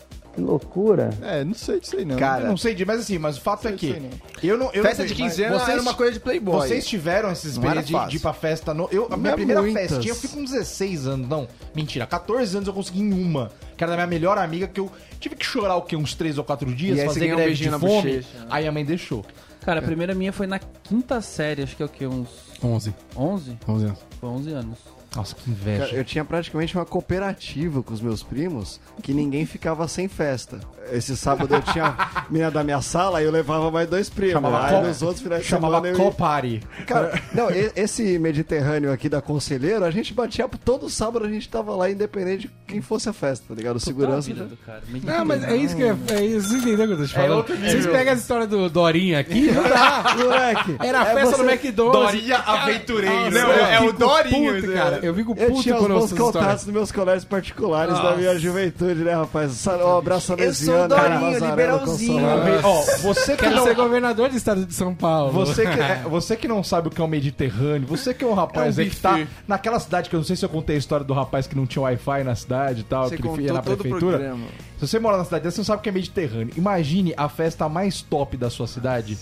J: É, não sei disso aí não.
C: Eu
B: Cara,
C: não sei, de- mas assim, mas o fato é que.
J: sei, né?
C: Eu não, eu
B: festa
C: não
B: de
C: sei,
B: 15
C: mas
B: anos
C: vocês-
B: era uma coisa de playboy.
C: Vocês tiveram essa
B: era
C: experiência de- de,
B: fácil.
C: ir pra festa no. Eu, a minha
J: Não é
C: primeira
J: muitas.
C: festinha eu fui com 16 anos. Não, mentira. 14 anos eu consegui em uma. Que era da minha melhor amiga, que eu tive que chorar o quê? Uns 3 ou 4 dias,
B: E aí você
C: fazer
B: ganhou um
C: greve de
B: beijinho na
C: fome.
B: bochecha, né?
C: Aí a mãe deixou.
A: Cara, a primeira minha foi na quinta série, acho que é o quê? Uns
I: 11.
A: 11?
I: 11 anos.
A: Foi 11 anos.
C: Nossa, que inveja.
F: Cara, Eu tinha praticamente uma cooperativa com os meus primos que ninguém ficava sem festa. Esse sábado eu tinha a menina da minha sala e eu levava mais dois primos.
C: Chamava
F: aí
C: co-
F: nos outros finais de
C: Chamava
F: semana eu ia.
C: Copari.
F: Cara, não, e- esse Mediterrâneo aqui da Conselheiro, a gente batia todo sábado, a gente tava lá, independente de quem fosse a festa, tá ligado? O segurança.
A: Vida do cara. Me
I: Não, mas é isso que eu, é isso, vocês entenderam o que eu tô te falando?
C: outro nível.
I: vocês pegam essa história do Dorinha aqui, não dá.
F: Moleque,
I: Era a
F: é
I: festa
F: você-
I: no McDonald's.
B: aventureiro.
I: Nossa, eu
B: é o
I: fico
B: Dorinho,
I: puto,
B: cara.
I: cara. Eu fico
F: Eu
I: puto
F: tinha os
I: quando eu
F: bons
I: ouço essa história.
F: contatos dos meus colégios particulares da minha juventude, né, rapaz? Sa- Ó, abraço
B: Eu sou o
F: Anesiano,
B: Dorinho,
F: Mazarello,
B: liberalzinho.
F: Consolado.
C: Ó, você que
I: Quero
C: não...
I: ser é governador do estado de São Paulo.
C: Você que, é, você que não sabe o que é o Mediterrâneo, você que é um rapaz
B: É um
C: aí que tá naquela cidade que eu não sei se eu contei a história do rapaz que não tinha Wi-Fi na cidade e tal,
B: Você
C: que ele ia
B: contou
C: na
B: todo o
C: prefeitura.
B: programa.
C: Se você mora na cidade dessa, você não sabe o que é Mediterrâneo. Imagine a festa mais top da sua cidade.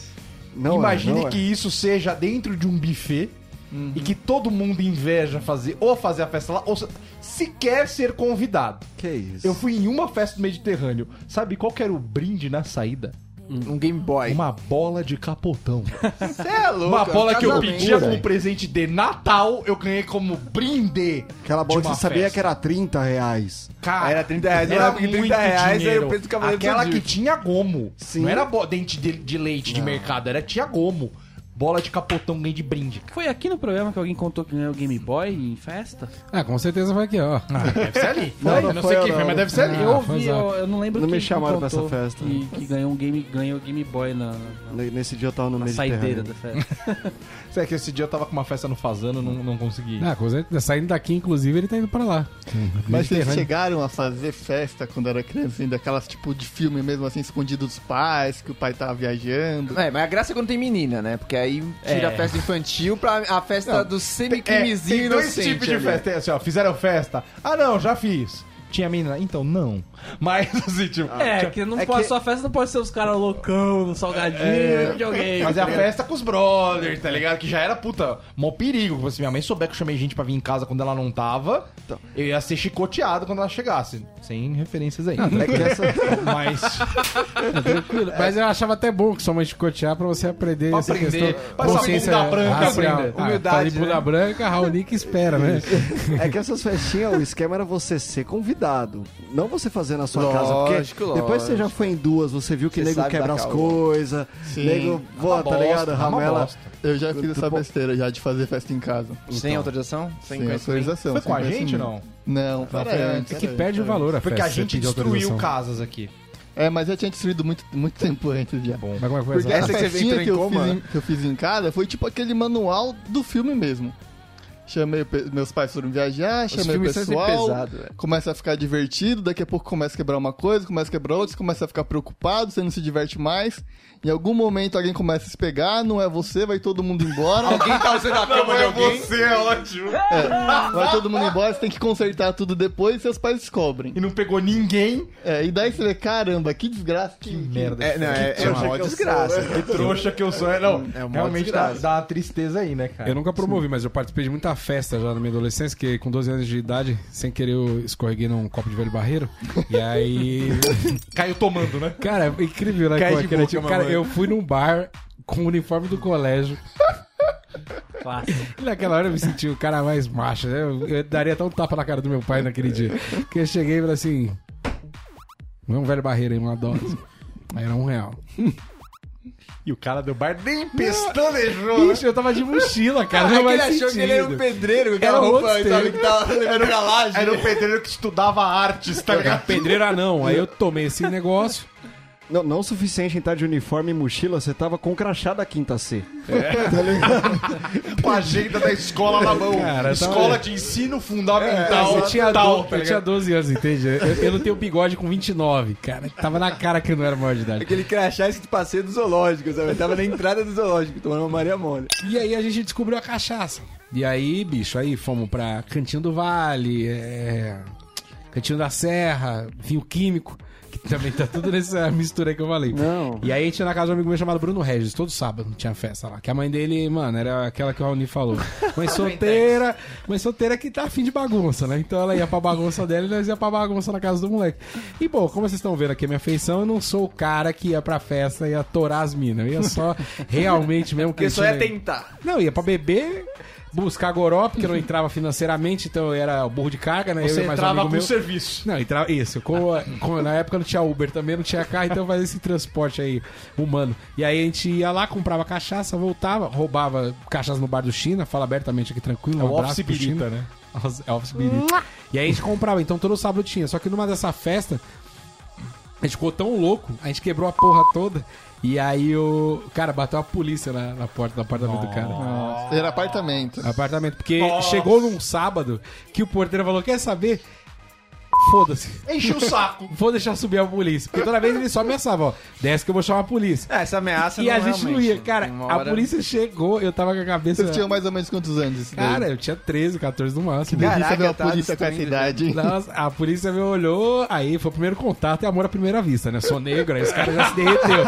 F: Não é,
C: Imagine
F: não é.
C: que isso seja dentro de um buffet
B: Uhum.
C: e que todo mundo inveja fazer, ou fazer a festa lá, ou se- sequer ser convidado.
F: Que isso?
C: Eu fui em uma festa do Mediterrâneo. Sabe qual que era o brinde na saída?
B: Um Game Boy.
C: Uma bola de capotão.
B: Você é louco.
C: Uma
B: é um
C: bola que eu
B: casamento.
C: pedia como presente de Natal, eu ganhei como brinde.
F: Aquela bola
C: de
F: que
C: uma
F: você sabia
C: festa.
F: que era 30 reais.
C: Cara,
B: Era 30 reais,
C: era
B: era 30 reais, aí
C: dinheiro.
B: o preço do cavaleiro
C: Aquela
B: do
C: que
B: Zodíaco.
C: tinha gomo.
F: Sim.
C: Não era bo- dente de, de leite de mercado, era tinha gomo. Bola de capotão ganhei de brinde.
A: Foi aqui no programa que alguém contou que ganhou o Game Boy em festa?
I: Ah, com certeza vai aqui, ó.
C: Deve ser ali.
F: Não,
C: Foi,
F: não
C: não
F: foi
C: sei
F: eu,
C: quem foi,
F: não.
C: mas deve ser ali.
I: Ah,
A: eu ouvi,
I: pois é.
A: eu, eu não lembro
F: Não me
A: quem
F: chamaram pra
A: contou
F: essa festa.
A: Que, que ganhou um Game, ganhou o Game Boy na, na-
F: Ne- Nesse dia eu tava no
A: na saideira da
F: Mediterrâneo.
A: festa.
C: Será que esse dia eu tava com uma festa no Fazano, não, não consegui.
I: Ah, com certeza. Saindo daqui, inclusive, ele tá indo pra lá.
H: Mas
I: Mediterrâneo.
H: vocês chegaram a fazer festa quando era criança,
J: assim,
H: ainda aquelas tipo de filme mesmo assim, escondido dos pais, que o pai tava viajando.
B: É, mas a graça é quando tem menina, né? Porque aí tira a festa infantil pra a festa do
C: É,
B: semi-crimezinho
C: tem dois
B: inocente
C: tipos de É
B: ali.
C: festa. Tem assim, ó, fizeram festa. Ah, não, já fiz. Tinha menina? Então, não. Mas, assim, tipo...
A: É,
C: tinha-
A: que não pode, sua festa não pode ser os caras loucão, no salgadinho, no videogame.
C: Mas é a festa com os brothers, tá ligado? Que já era, puta, mó perigo. Tipo, Se minha mãe souber que eu chamei gente pra vir em casa quando ela não tava, eu ia ser chicoteado quando ela chegasse. Sem referências aí.
F: É que essa...
C: Mas.
I: Tranquilo. Mas eu achava até bom que sua mãe chicotear pra você aprender
B: Pra
I: essa
B: aprender.
I: questão.
B: Passa a bunda branca,
I: racial.
B: Brenda.
I: Ah,
B: Humildade,
I: Humildade. bunda
B: né?
I: branca, Raonic espera, né?
F: É que essas festinhas, o esquema era você ser convidado. Não você fazer na sua casa.
B: Lógico,
F: Porque
B: lógico.
F: depois que você já foi em duas, você viu que
B: Você
F: nego
B: sabe
F: quebra
B: dar
F: as
B: caô.
F: coisas,
H: Sim.
B: É
F: nego voa, tá
C: bosta,
F: ligado?
C: é uma
F: Ramela.
C: bosta.
H: Eu já fiz essa
F: po-
H: besteira já de fazer festa em casa.
B: Sem autorização? Então, Sem,
H: Sem
B: conhecimento?
H: autorização.
C: Foi com
H: sem
C: a
J: assim,
C: gente
H: conhecimento.
C: não?
H: Não,
I: Foi
H: pera
I: antes,
H: antes.
B: é
I: que
H: pera
I: perde o
H: antes, pera
I: valor a
C: Porque
I: festa.
C: a gente
I: pedir
C: destruiu
I: autorização.
C: casas aqui.
H: antes. É, mas eu tinha destruído muito, muito tempo antes já.
C: Bom.
I: Mas como é que foi
H: Porque essa
I: essa?
B: Essa que você entrou
H: festinha
B: em
H: que eu,
B: coma?
H: fiz em, que eu fiz em casa foi tipo aquele manual do filme mesmo. Chamei, o pe- meus pais foram viajar, chamei o
B: filmes são sempre
H: pessoal,
B: pesados, velho.
H: começa a ficar divertido, daqui a pouco começa a quebrar uma coisa, começa a quebrar outra, você começa a ficar preocupado, você não se diverte mais. Em algum momento alguém começa a se pegar, não é você, vai todo mundo embora.
B: Alguém tá usando a cama
C: é
B: de alguém?
H: Vai todo mundo embora, você tem que consertar tudo depois e seus pais descobrem.
C: E não pegou ninguém.
H: É, e daí você vê, caramba, que desgraça. Que,
C: Merda.
B: É, não, é, é
F: tipo
B: uma desgraça.
C: Que trouxa que eu sou. É, não,
B: É uma
C: realmente dá,
B: desgraça.
C: dá uma tristeza aí, né, cara?
I: Eu nunca promovi, mas eu participei de muita festa já na minha adolescência, que com 12 anos de idade, sem querer, eu escorreguei num copo de velho barreiro. E aí.
C: Caiu tomando, né?
I: Cara, é incrível, né?
B: Cai
I: como
B: de
I: é que era,
B: boca,
I: tipo, cara,
B: mamãe.
I: eu fui num bar com o uniforme do colégio. E naquela hora eu me senti o cara mais macho, né? Eu, eu daria até um tapa na cara do meu pai naquele dia. Porque eu cheguei e falei assim. Vamos, velho barreiro aí, uma dose. Aí era um real.
C: E o cara do bar nem pestanejou.
I: Ixi, eu tava de mochila, cara.
B: né? Aí
I: Não
B: ele
I: vai
B: achou que ele era um pedreiro, com aquela
I: Era um
B: roupa,
I: roadster.
B: sabe, que tava levando pra laje.
C: Era o pedreiro que estudava artes, tá ligado?
I: Pedreiro anão. Aí eu tomei esse negócio.
F: Não, não o suficiente em estar de uniforme e mochila, você tava com o crachá da quinta C.
C: com a agenda da escola na mão.
I: um Cara, tá-
C: escola de ensino fundamental.
I: Então, eu, tinha
C: É, tal,
I: do-
C: tá
I: eu tinha
C: ligado?
I: 12 anos, entende? Eu, eu não tenho bigode com 29, cara. Tava na cara que eu não era maior de idade.
B: Aquele crachá escrito passeio do zoológico, sabe? Tava na entrada do zoológico, tomando uma Maria Mole.
I: E aí a gente descobriu a cachaça. E aí, bicho, aí fomos pra Cantinho do Vale, é, Cantinho da Serra, Vinho Químico, que também tá tudo nessa mistura aí que eu falei.
F: Não.
I: E aí a gente ia na casa de um amigo meu chamado Bruno Regis, todo sábado tinha festa lá. Que a mãe dele, mano, era aquela que o Raoni falou. Mãe solteira, mãe solteira que tá afim de bagunça, né? Então ela ia pra bagunça dela e nós ia pra bagunça na casa do moleque. E bom, como vocês estão vendo aqui a minha feição, eu não sou o cara que ia pra festa e ia torar as minas. Eu ia só realmente mesmo
B: Porque só ia
I: curtindo aí.
B: tentar.
I: Não, ia pra beber, buscar goró, porque eu não entrava financeiramente, então eu era o burro de carga, né? eu
C: Você
I: e mais um
C: entrava
I: amigo
C: com
I: meu.
C: serviço.
I: Não, entrava. Isso, como, como na época não tinha Uber também, não tinha carro, então eu fazia esse transporte aí humano. E aí a gente ia lá, comprava cachaça, voltava, roubava cachaça no bar do China, fala abertamente aqui tranquilo. Um abraço pro China.
C: né?
I: É office birita. E aí a gente comprava, então todo sábado tinha. Só que numa dessa festa, a gente ficou tão louco, a gente quebrou a porra toda. E aí o. Cara, bateu a polícia na, na porta do apartamento do cara.
H: Era apartamento.
I: Apartamento. Porque chegou num sábado que o porteiro falou: quer saber? Foda-se.
C: Enche o saco.
I: Vou deixar subir a polícia. Porque toda vez ele só ameaçava, ó. Desce que eu vou chamar a polícia.
B: É, essa ameaça
I: e a gente não ia, cara. A polícia chegou, eu tava com a cabeça.
H: Vocês tinham mais ou menos quantos anos? isso daí?
I: Cara, eu tinha 13, 14 no máximo.
H: Delícia
B: Caraca,
H: ver uma
B: tá
H: polícia com essa
B: destruindo,
H: idade.
I: Nossa, a polícia me olhou, aí foi o primeiro contato e amor à primeira vista, né? Sou negro, aí esse cara já se derreteu.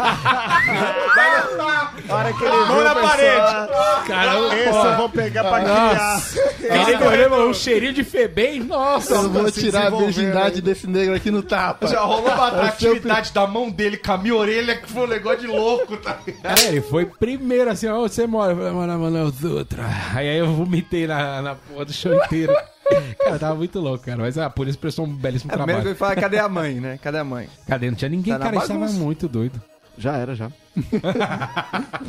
F: Para que ele
C: Mão na
B: É,
C: parede.
I: Caramba,
C: é
J: Essa eu vou pegar pra criar.
I: nossa. Ele olhou um cheirinho de febem, nossa.
H: Eu vou
J: se
H: tirar a
J: desenvolveram
H: virgindade
J: aí.
H: desse negro aqui no tapa.
C: Já rolou uma atratividade da mão dele com a minha orelha que foi um negócio de louco, tá ligado?
I: Cara, É, ele foi primeiro assim, ó, você mora. Eu falei, mano, mano, é o Dutra. Aí aí eu vomitei na, na porra do show inteiro. Cara, tava muito louco, cara. Mas a polícia prestou um belíssimo
B: É, primeiro que eu
I: trabalho.
B: falo, cadê a mãe, né? Cadê a mãe?
I: Cadê? Não tinha ninguém,
B: Tá na
I: cara. Isso tava
B: bagunça.
I: muito doido.
F: Já era, já.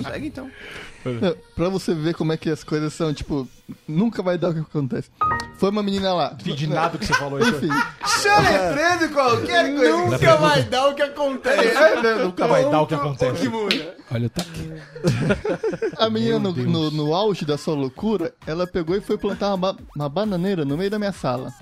B: Segue então.
H: Não, Pra você ver como é que as coisas são, tipo, nunca vai dar o que acontece. Foi uma menina lá.
C: De nada que você falou isso.
H: Enfim,
B: Soletrando qualquer coisa. Nunca vai dar o que acontece.
H: É,
C: nunca vai dar o que acontece.
I: Olha, eu tô aqui.
H: a menina no, no, no auge da sua loucura, ela pegou e foi plantar uma, ba- uma bananeira no meio da minha sala.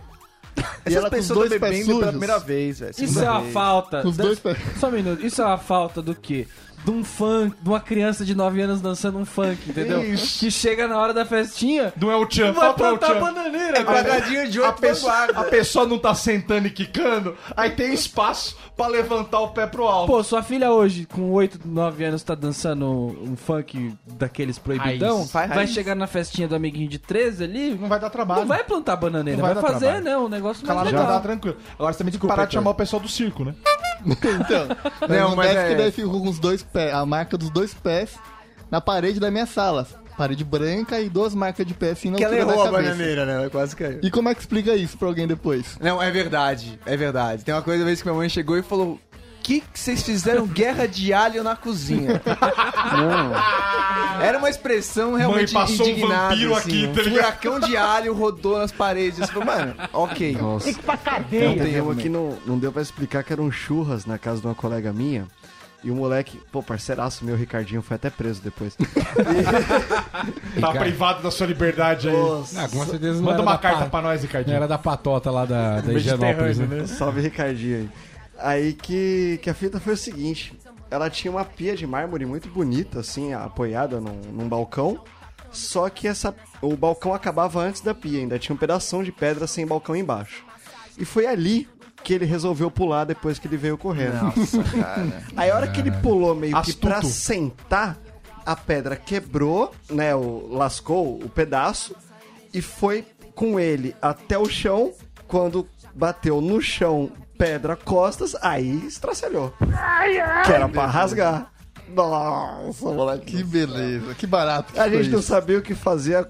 H: E
B: Essas
H: ela com os
B: pessoas
H: dois
B: estão
H: pés
B: bebendo
H: sujos.
B: pela primeira vez, velho.
A: Isso é uma falta.
H: Com os
A: da-
H: dois pés.
A: Só um minuto. Isso é uma falta do quê? de um funk, de uma criança de 9 anos dançando um funk, entendeu? Que chega na hora da festinha,
C: Não é o Tchan,
A: vai
C: fala pra o
A: plantar a
C: Tchan.
A: bananeira,
C: É
A: velho.
B: Quadradinho de
C: A
B: outro
C: pessoa,
B: vanguarda.
C: a pessoa não tá sentando e quicando, aí tem espaço pra levantar o pé pro alto.
A: Pô, sua filha hoje, com 8, 9 anos, tá dançando um funk daqueles proibidão,
B: Raiz. Vai
A: vai
B: raiz.
A: chegar na festinha do amiguinho de 13 ali,
C: não vai dar trabalho.
A: não vai plantar bananeira,
C: Não vai
A: vai,
C: dar
A: fazer,
C: trabalho.
A: né, um negócio mais
C: Calado já
A: legal.
C: dá tranquilo. Agora você também tem que parar de chamar o pessoal do circo, né?
H: Então,
B: Não,
H: não,
B: mas
H: mas
B: é-
H: que daí ficou com os dois pés, a marca dos dois pés na parede da minha sala. Parede branca e duas marcas de pé assim na
B: Que ela
H: altura da
B: errou a
H: cabeça.
B: bananeira, né? Ela Quase caiu.
H: E como é que explica isso pra alguém depois?
B: Não, é verdade, é verdade. Tem uma coisa, uma vez que minha mãe chegou e falou: que que vocês fizeram guerra de alho na cozinha? Era uma expressão realmente
C: Mãe, passou um
B: indignada,
C: vampiro
B: assim,
C: aqui,
B: um
C: tá ligado?
B: furacão de alho rodou nas paredes. Eu falei, mano, ok.
F: Nossa.
B: Não tem
F: Tem uma
B: erro
F: que não, não deu pra explicar que era um churras na casa de uma colega minha. E o moleque, pô, parceiraço meu, Ricardinho, foi até preso depois.
C: Tá
I: Ricardo.
C: privado da sua liberdade aí.
I: Ah, com certeza não
C: Manda
I: era
C: uma
I: da
C: carta
I: pa-
C: pra nós,
I: Não
C: Ricardinho.
I: era da patota lá da, da Higienópolis,
C: Mediterrâneo,
I: né?
C: né?
F: Salve Ricardinho aí. Aí que, que a fita foi o seguinte: ela tinha uma pia de mármore muito bonita, assim, apoiada num, num balcão. Só que essa, o balcão acabava antes da pia, ainda tinha um pedação de pedra sem balcão embaixo. E foi ali que ele resolveu pular depois que ele veio correndo. Aí a hora que ele pulou meio que
C: Astuto.
F: pra sentar, a pedra quebrou, né? O, lascou o pedaço e foi com ele até o chão. Quando bateu no chão, pedra, costas, aí estracelhou. que era pra rasgar. Nossa, moleque.
H: Ah, Que beleza, que barato. que
F: A
H: foi
F: gente não
H: isso.
F: sabia o que fazia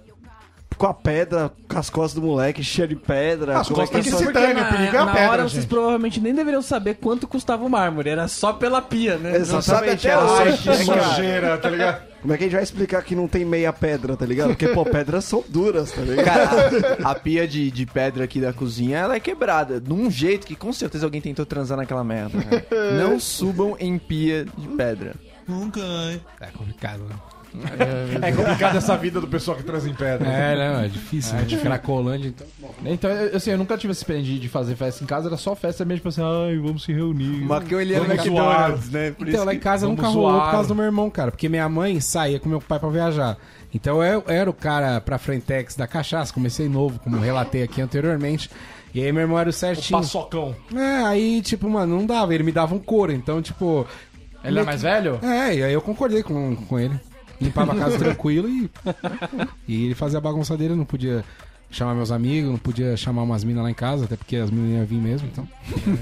F: com a pedra, com as costas do moleque, cheia de pedra.
C: As
F: Como é
C: costas
F: que
C: que
F: isso-
C: se dane, o perigo é a
A: na
C: pedra,
A: hora vocês
C: gente.
A: provavelmente nem deveriam saber quanto custava o mármore, era só pela pia, né?
F: Exatamente,
B: até
F: era
B: hoje.
C: Ai,
F: assim,
C: que
F: né, cara?
C: sujeira, tá ligado?
F: Como é que a gente vai explicar que não tem meia pedra, tá ligado? Porque, pô, pedras são duras, tá ligado?
B: Cara, a, a pia de, de pedra aqui da cozinha, ela é quebrada. De um jeito que com certeza alguém tentou transar naquela merda. cara. Não subam em pia de pedra.
I: É complicado, né?
C: É complicado essa vida do pessoal que traz em pedra.
I: É, né? É difícil, né? De Cracolândia, então.
C: Então, eu- assim, eu nunca tive esse experiência de fazer festa em casa, era só festa mesmo, tipo assim, ai, vamos se reunir.
B: O Marcão, ele era
C: Vamos
B: McDonald's, né? Por
I: Então,
B: isso
I: lá em casa
C: vamos
I: nunca rolou
C: zoar.
I: por causa do meu irmão, cara. Porque minha mãe saía com meu pai pra viajar. Então eu era o cara pra Frentex da cachaça. Comecei novo, como relatei aqui anterioramente. E aí meu irmão era o certinho.
C: tá Paçocão.
I: É, aí, tipo, mano, não dava. Ele me dava um couro. Então, tipo...
A: Ele é mais velho?
I: É, e aí eu concordei com, com ele. Limpava a casa tranquilo e... E ele fazia a bagunça dele. Não podia chamar meus amigos, não podia chamar umas minas lá em casa. Até porque as minas iam vir mesmo, então...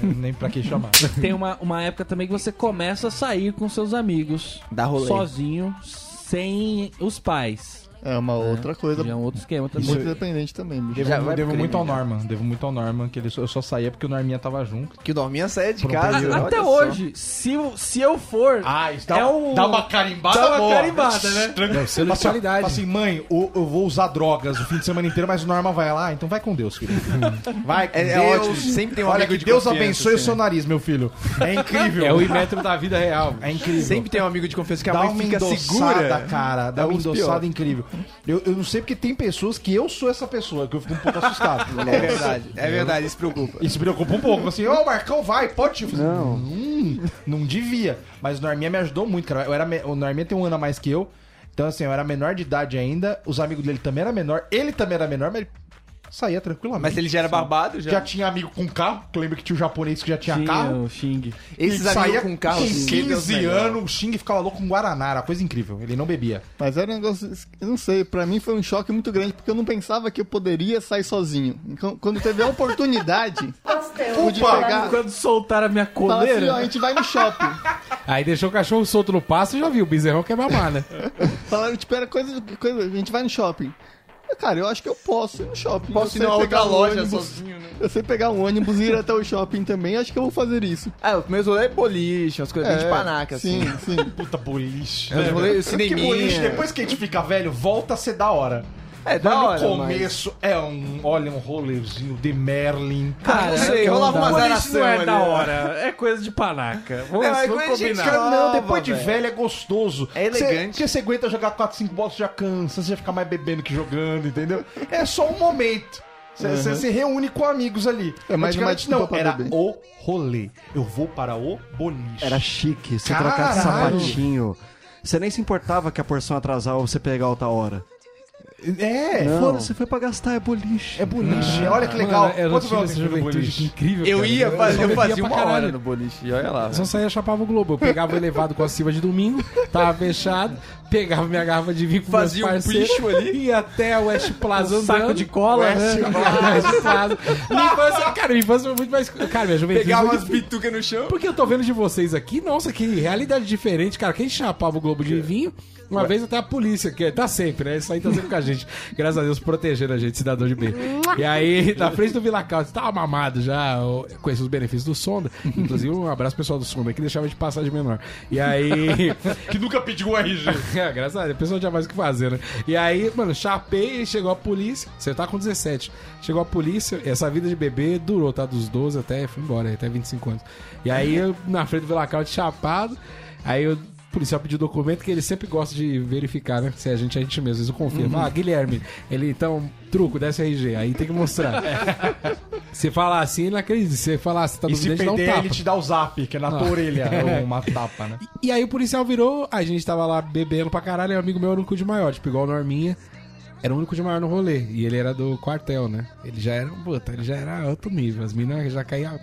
C: Nem pra que chamar.
A: Tem uma, uma época também que você começa a sair com seus amigos,
B: Dá rolê.
A: sozinho, sem os pais.
H: É uma outra coisa.
A: Já é um outro esquema também.
H: Muito dependente também, bicho.
C: Devo,
B: Já vai né? pro
C: devo
B: crime,
C: muito ao
B: já.
C: Norman. Devo muito ao Norman, que ele só- eu só saía porque o Norminha tava junto.
B: Que o Norminha saia de
C: Por um
B: casa.
A: A-
B: é olha
A: até
B: só.
A: hoje, se, eu- se eu for,
C: Ah, isso
A: dá- É um- dá uma
C: carimbada
A: dá uma boa. carimbada, né?
C: Tranquilo.
I: selo de
C: Fala assim, ó,
I: qualidade.
C: fala assim, mãe, o- eu vou usar drogas o fim de semana inteiro, mas o Norma vai lá, "Ah, então vai com Deus, filho. Vai com
B: É- é
C: Deus.
B: ótimo, sempre tem um
C: Olha
B: amigo
C: que
B: de
C: Deus
B: confiança,
C: abençoe
B: assim,
C: o seu
B: né?
C: nariz, meu filho. É incrível.
I: É o imetro da vida real.
C: É incrível.
B: Sempre tem um amigo de confiança que a
C: dá
B: mãe
C: uma
B: fica
C: endossada,
B: segura.
C: cara. Dá
B: É
C: uma
B: os pior.
C: endossada incrível. Eu, eu não sei porque tem pessoas que eu sou essa pessoa, que eu fico um pouco assustado.
B: É verdade, é verdade, isso preocupa.
C: Isso me preocupa um pouco. Assim, ô Marcão, vai, pode. Não. Hum, não devia. Mas o Norminha me ajudou muito, cara. Eu era me- O Norminha tem um ano a mais que eu. Então, assim, eu era menor de idade ainda. Os amigos dele também eram menor. Ele também era menor, mas ele saía tranquilamente.
B: Mas ele já era barbado, já.
C: já tinha amigo com carro. Que eu lembro que tinha o japonês que já tinha, carro.
A: o Xing.
B: Esses
C: Ele
B: amigos
C: saía
B: com carro.
C: com
B: assim,
C: 15
B: Deus
C: anos, o Xing ficava louco com Guaraná, era coisa incrível. Ele não bebia.
H: Mas era um negócio, eu não sei, pra mim foi um choque muito grande, porque eu não pensava que eu poderia sair sozinho. Então, quando teve a oportunidade, pude pegar.
A: Quando soltaram a minha
H: Fala assim, ó, a
A: coleira,
H: gente vai no shopping.
I: Aí deixou o cachorro solto no passo e já viu. O bezerrão quer mamar, né?
H: Falaram, tipo, era coisa, coisa. A gente vai no shopping. Eu, Cara, eu acho que eu posso ir no shopping.
B: Posso ir
H: Eu sei
B: na outra
H: pegar um
B: loja
H: ônibus,
B: sozinho, né?
H: Eu sei pegar um ônibus e ir até o shopping também. Acho que eu vou fazer isso.
B: Ah, o meu rolê é boliche, umas
J: É,
B: coisas bem de panaca,
H: sim,
B: assim.
H: sim.
C: Puta boliche.
B: É,
C: né,
B: Eu rolei o
C: Que boliche,
B: cineminha.
C: depois que a gente fica velho, volta a ser da hora.
B: É,
C: Mas
B: da hora,
C: no
B: mas...
C: começo é um, olha, um rolezinho de Merlin.
B: Cara, não sei, rolava uma
A: isso é não
B: zaração
A: é
B: ali,
A: da
B: né?
A: hora, é coisa de panaca. Vamos,
B: Não, é
A: vamos
B: coisa de
A: combinar.
C: não,
B: cara- nova,
C: depois de
B: velho.
C: velho é gostoso.
B: É elegante.
C: Cê- Porque você aguenta jogar 4, 5 bolas, você já cansa, você já fica mais bebendo que jogando, entendeu? É só um momento. Você
B: Uhum.
C: você se reúne com amigos ali.
H: É mais uma
C: Antigamente, não,
H: desculpa pra
C: era
H: beber.
C: o rolê. Eu vou para o boliche.
F: Era chique, você
C: Caralho!
F: trocar de sapatinho. Você nem se importava que a porção atrasava ou você pegar outra hora.
C: É,
F: Não,
C: foda-se.
F: você foi pra gastar, é boliche.
C: É boliche. Olha que legal.
I: Mano, eu não
C: Quanto
I: tive
C: meu
I: essa
C: amigo no
I: juventude
C: boliche?
I: que incrível.
B: Eu
I: cara.
B: ia fazer,
I: só
B: eu
I: bebia
B: fazia
I: pra
B: uma
I: caralho.
B: hora no boliche, e olha lá.
I: Eu só saía chapava o Globo. Eu pegava o elevado com a Silva de domingo, tava fechado, pegava minha garrafa de vinho com
B: Fazia um
I: meus parceiros,
B: picho ali.
I: ia até o West Plaza
A: Um
I: andando.
A: saco de cola, né?
I: West Plaza. Minha infância, cara, minha infância foi muito mais... Cara, minha juventude
B: Pegava
I: foi
B: umas bitucas no chão.
I: Porque eu tô vendo de vocês aqui, nossa, que realidade diferente, cara. Quem chapava o Globo de vinho, uma vez até a polícia, que tá sempre, né? Isso aí tá sempre com a gente. Graças a Deus, protegendo a gente, cidadão de bem. E aí, na frente do Vila Caldas, tava mamado já, eu conheço os benefícios do Sonda. Inclusive, um abraço pro pessoal do Sonda, que deixava de passar de menor. E aí,
C: Que nunca pediu um o RG.
I: é, graças a Deus, a pessoa não tinha mais o que fazer, né? E aí, mano, chapei, chegou a polícia. Você tá com 17. Chegou a polícia, essa vida de bebê durou, tá? Dos 12 até, fui embora, até 25 anos. E aí, eu, na frente do Velacaute, chapado. Aí eu. O policial pediu documento que ele sempre gosta de verificar, né? Se a gente é a gente mesmo, às vezes eu confirmo.
C: Uhum.
I: Ah, Guilherme, ele então, truco, desce RG, aí tem que mostrar. Se falar assim, ele não acredita. Se falar, você tá
C: E se
I: duvidando, dá um
C: perder,
I: tapa. Ah.
C: ele te dá o zap, que é na tua orelha. Uma tapa, né?
I: E aí o policial virou, a gente tava lá bebendo pra caralho, e um amigo meu era um cu de maior, tipo, igual o Norminha. Era o único de maior no rolê. E ele era do quartel, né? Ele já era um puta, ele já era outro nível. As minas já caíam.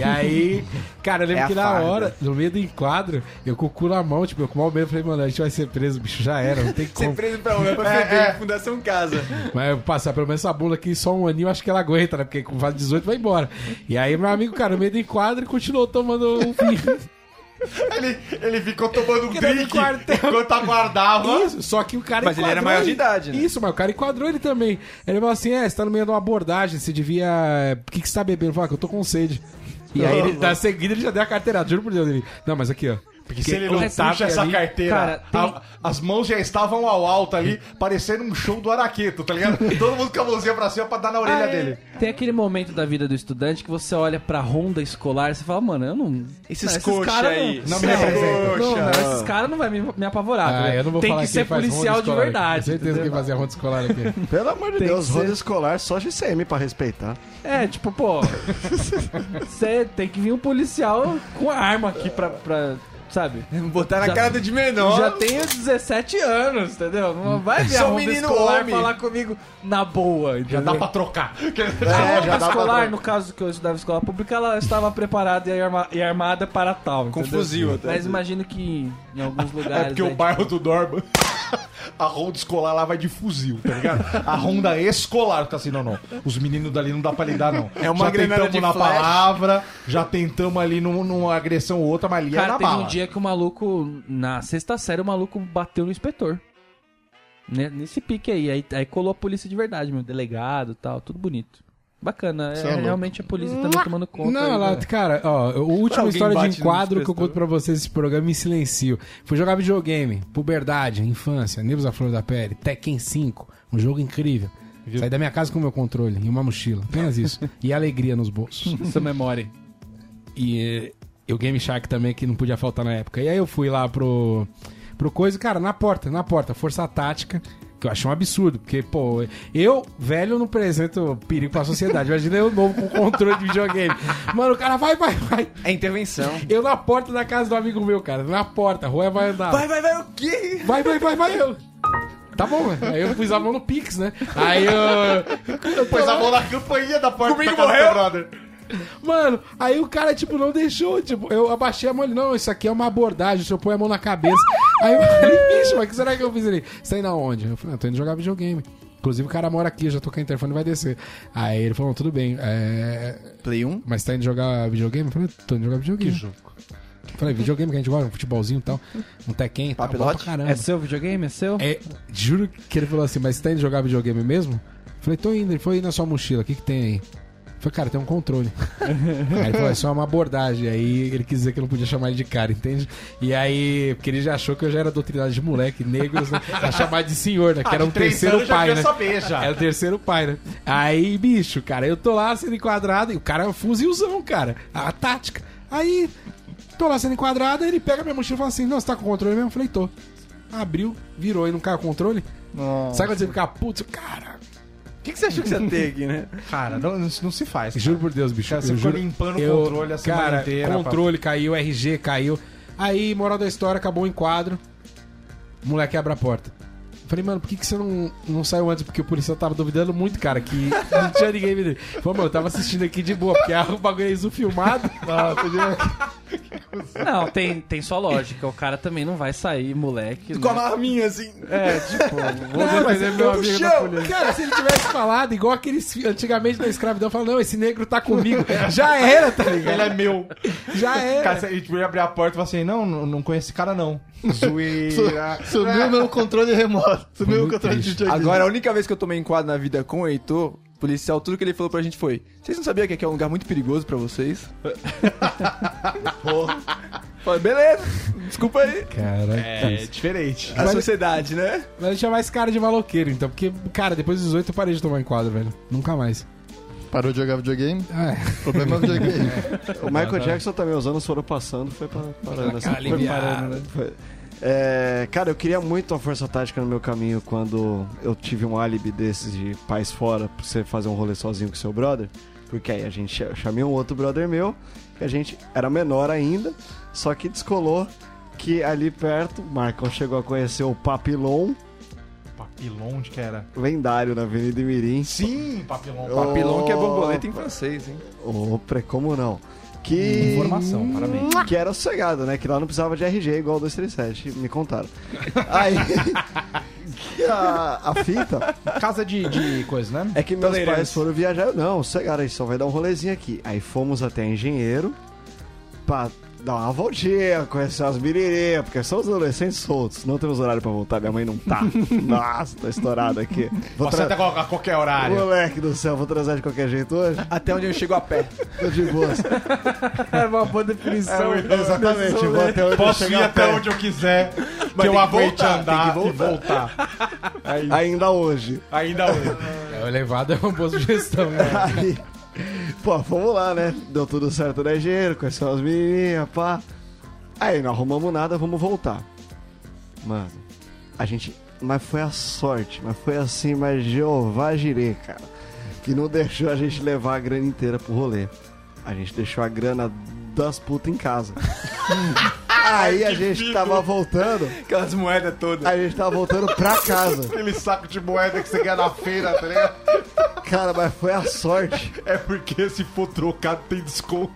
I: aí, cara, eu lembro
B: É a
I: que na
B: farda.
I: hora, no meio do enquadro, eu com o cu na mão, tipo, eu com o mal medo, falei, mano, a gente vai ser preso, bicho, já era, não tem
B: Ser
I: como.
B: preso pra onde? Pra feber, Fundação Casa.
I: Mas eu vou passar pelo menos essa bula aqui, só um aninho, acho que ela aguenta, né? Porque com faz 18 vai embora. E aí, meu amigo, cara, no meio do enquadro, continuou tomando um vinho.
C: Ele, ele ficou tomando um
I: Que era de
C: drink
I: quartel.
C: enquanto aguardava.
I: Isso, só que o cara
B: Mas ele era maior de idade, né?
I: Isso, mas o cara enquadrou ele também. Ele falou assim: é, você tá no meio de uma abordagem, você devia. O que, que você tá bebendo? Fala, que eu tô com sede. E aí, ele, na seguida, ele já deu a carteirada, juro por Deus. Ele, não, mas aqui, ó.
C: Porque se ele
I: o
C: não
I: restante
C: puxa essa
I: ali-
C: carteira,
A: Cara, tem-
C: a- as mãos já estavam ao alto ali, parecendo um show do Araqueto, tá ligado? Todo mundo com a mãozinha pra cima pra dar na orelha
A: Ah, é.
C: dele.
A: Tem aquele momento da vida do estudante que você olha pra ronda escolar e você fala, mano, eu não.
B: Esses
A: não,
B: coxa
A: cara
B: aí.
A: Não,
C: me
A: não,
C: representa.
A: não, não, esses caras não vai me, me apavorar. tá
I: Ah,
A: ligado?
I: eu não vou
A: tem
I: falar
A: que
I: quem
A: ser
I: faz ronda
A: policial de
I: escolar aqui.
A: verdade.
I: Com certeza
A: entendeu?
I: quem fazia ronda escolar aqui.
F: Pelo amor de
A: Tem
F: Deus,
A: que ser.
F: roda escolar só GCM pra respeitar.
A: É, tipo, pô. Você tem que vir um policial com a arma aqui pra. pra sabe?
B: Botar na
A: Já-
B: cara do de menor.
A: Já tenho 17 anos, entendeu? Não vai vir a
B: Sou um
A: ronda
B: menino
A: escolar
B: homem.
A: falar comigo na boa.
C: Já
A: entendeu?
C: dá pra trocar.
A: A ronda
H: dá pra
A: É, escolar,
H: trocar.
A: no caso que eu estudava em escola pública, ela estava preparada e arma- e armada para tal.
B: Com
A: entendeu?
B: fuzil até.
A: Mas imagino que em alguns lugares.
C: É porque o
A: aí,
C: bairro do Dorba. A ronda escolar lá vai de fuzil, tá ligado? A ronda escolar, tá assim, não, não. Os meninos dali não dá pra lidar, não.
B: É uma
C: já
B: granada
C: tentamos
B: de
C: na
B: flash.
C: palavra, já tentamos ali num- numa agressão ou outra, mas ali é
A: Cara,
C: na
A: teve
C: bala.
A: um dia que o maluco, na sexta série, o maluco bateu no inspetor. Né, Nesse pique aí. Aí, aí colou a polícia de verdade, meu. Delegado e tal, tudo bonito. Bacana.
H: Cê é
A: É,
H: louco.
A: realmente a polícia também tomando conta.
I: Não,
A: aí,
I: lá,
A: né?
I: cara, ó, o último
B: Alguém
I: história de
B: bate no
I: enquadro que eu
B: manifestante.
I: conto pra vocês nesse programa me silencio. Fui jogar videogame, puberdade, infância, nervos à flor da pele, Tekken 5, um jogo incrível. Saí da minha casa com meu controle e uma mochila, apenas isso. e alegria nos bolsos.
A: Essa memória.
I: E, eh, e o Game Shark também, que não podia faltar na época. E aí eu fui lá pro, pro coisa, cara, na porta, na porta, força tática, que eu achei um absurdo, porque, pô, eu, velho, não apresento perigo pra sociedade. Imagina eu novo com controle de videogame. Mano, o cara vai, vai, vai.
B: É intervenção.
I: Eu na porta da casa do amigo meu, cara, na porta, rua vai andar.
B: Vai, vai, vai, o quê?
I: Vai, vai, vai, vai, eu. Tá bom, velho. aí eu pus a mão no Pix, né? Aí eu.
C: Pôs a mão na campainha da porta
B: Comigo
C: da casa do
B: morreu.
C: brother.
I: Mano, aí o cara, tipo, não deixou. Tipo, eu abaixei a mão. ele, Não, isso aqui é uma abordagem. O senhor põe a mão na cabeça. Aí eu falei, bicho, mas o que será que eu fiz ali? Você tá indo aonde? Eu falei, não, tô indo jogar videogame. Inclusive, o cara mora aqui, eu já tô com o interfone, vai descer. Aí ele falou, tudo bem, é...
B: Play 1?
I: mas tá indo jogar videogame? Eu falei, tô indo jogar videogame. Que jogo? Falei, videogame que a gente joga, um futebolzinho e tal, um tekken, tá bom pra
B: Papelote?
I: caramba.
A: É seu videogame? É seu?
I: É, juro que ele falou assim, mas você tá indo jogar videogame mesmo? Falei, tô indo, ele foi aí na sua mochila, o que que tem aí? Falei, cara, tem um controle. aí ele falou, é só uma abordagem. Aí ele quis dizer que eu não podia chamar ele de cara, entende? E aí, porque ele já achou que eu já era doutrinado de moleque, negros, né? A chamar de senhor, né? Que era um
C: Ah, de três
I: terceiro
C: anos já
I: pai,
C: quer
I: né?
C: saber, já.
I: Era o terceiro pai, né? Aí, bicho, cara, eu tô lá sendo enquadrado e o cara é um fuzilzão, cara. A tática. Aí, tô lá sendo enquadrado, ele pega minha mochila e fala assim: Não, você tá com o controle mesmo? Eu falei, tô. Abriu, virou e não caiu o controle. Sabe quando você fica puto? Cara,
B: que, que você achou que você ia ter aqui, né?
C: Cara, não, não se- não se faz. cara.
I: Juro por Deus, bicho.
C: Cara, você
I: eu
C: ficou
I: juro-
C: limpando o
I: eu-
C: controle a semana
I: cara,
C: inteira,
I: controle caiu, RG caiu. Aí, moral da história, acabou o enquadro. O moleque abre a porta. Eu Falei, mano, por que, que você não, não saiu antes? Porque o policial tava duvidando muito, cara, que não tinha ninguém me Falei, mano, eu tava assistindo aqui de boa, porque o bagulho é isso filmado.
A: Não, tem, tem só lógica. O cara também não vai sair, moleque. né?
B: Com a arminha, assim.
A: É, tipo, vou
I: Não, mas
A: defender
I: é
A: meu
I: meu
A: amigo da polícia.
I: amigo. Cara, se ele tivesse falado, igual aqueles antigamente na escravidão, falando, não, esse negro tá comigo. Já era, tá ligado?
C: Ele é meu.
I: Já era.
C: Cara, você tipo, ia abrir a porta e falar assim: não, não, não conheço esse cara, não. Zoeira.
J: Sumiu meu controle remoto. Sumiu o controle de videogame.
B: Agora, a única vez que eu tomei enquadro na vida com o Heitor, policial, tudo que ele falou pra gente foi: Vocês não sabiam que aqui é um lugar muito perigoso pra vocês? Porra. Falei, beleza, desculpa aí.
I: Caraca.
C: É diferente.
B: A sociedade, né?
I: Mas deixa mais cara de maloqueiro, então. Porque, cara, depois dos 18 eu parei de tomar enquadro, velho. Nunca mais.
J: Parou de jogar videogame?
I: Ah, é.
J: O problema é o videogame.
F: O Michael Jackson também, os anos foram passando, foi pa- parando essa foi parando, né? Foi. É, cara, eu queria muito a força tática no meu caminho quando eu tive um álibi desses de pais fora pra você fazer um rolê sozinho com seu brother. Porque aí a gente cha- chamei um outro brother meu, que a gente era menor ainda, só que descolou que ali perto, o Marcão chegou a conhecer o Papilon,
C: Papilon, de que era?
F: lendário na Avenida Imirim.
C: Sim, papilon.
B: Papilon que é borboleta em francês, hein?
F: Opa, é como não? Que.
I: Informação, parabéns.
F: Que era sossegado, né? Que lá não precisava de RG igual 237, me contaram. Aí. que a, a fita
C: Casa de, de coisa, né?
F: é que meus pais foram viajar. eu, Não, sossegaram, a gente só vai dar um rolezinho aqui. Aí fomos até engenheiro pra dar uma voltinha, conhecer as menininhas, porque são os adolescentes soltos. Não temos horário pra voltar, minha mãe não tá. Nossa, tá estourada aqui. Vou
C: Você
F: tra-
C: até colocar a qualquer horário.
F: Moleque do céu, vou transar de qualquer jeito hoje?
B: Até onde eu chego a pé.
F: Tô de boa.
A: né?
K: É uma boa definição.
A: É
F: Exatamente, vou até onde eu
C: né? Posso ir
F: chegar a
C: até
F: pé.
C: onde eu quiser, que eu
B: que
C: aguente
B: voltar,
C: andar
B: tem que
C: e voltar.
F: Ainda hoje.
C: Ainda hoje.
I: É, o elevado é uma boa sugestão, né?
F: Aí, pô, fomos lá, né? Deu tudo certo na engenheiro, conheceu as menininhas, pá. Aí, não arrumamos nada, vamos voltar. Mano, a gente. Mas foi a sorte, mas foi assim, mas Jeová girei, cara. Que não deixou a gente levar a grana inteira pro rolê. A gente deixou a grana das putas em casa. Aí a gente tava voltando,
B: Aquelas moedas todas.
F: a gente tava voltando pra casa.
C: Aquele saco de moeda que você quer na feira, tá ligado?
F: Cara, mas foi a sorte.
C: É porque se for trocado tem desconto.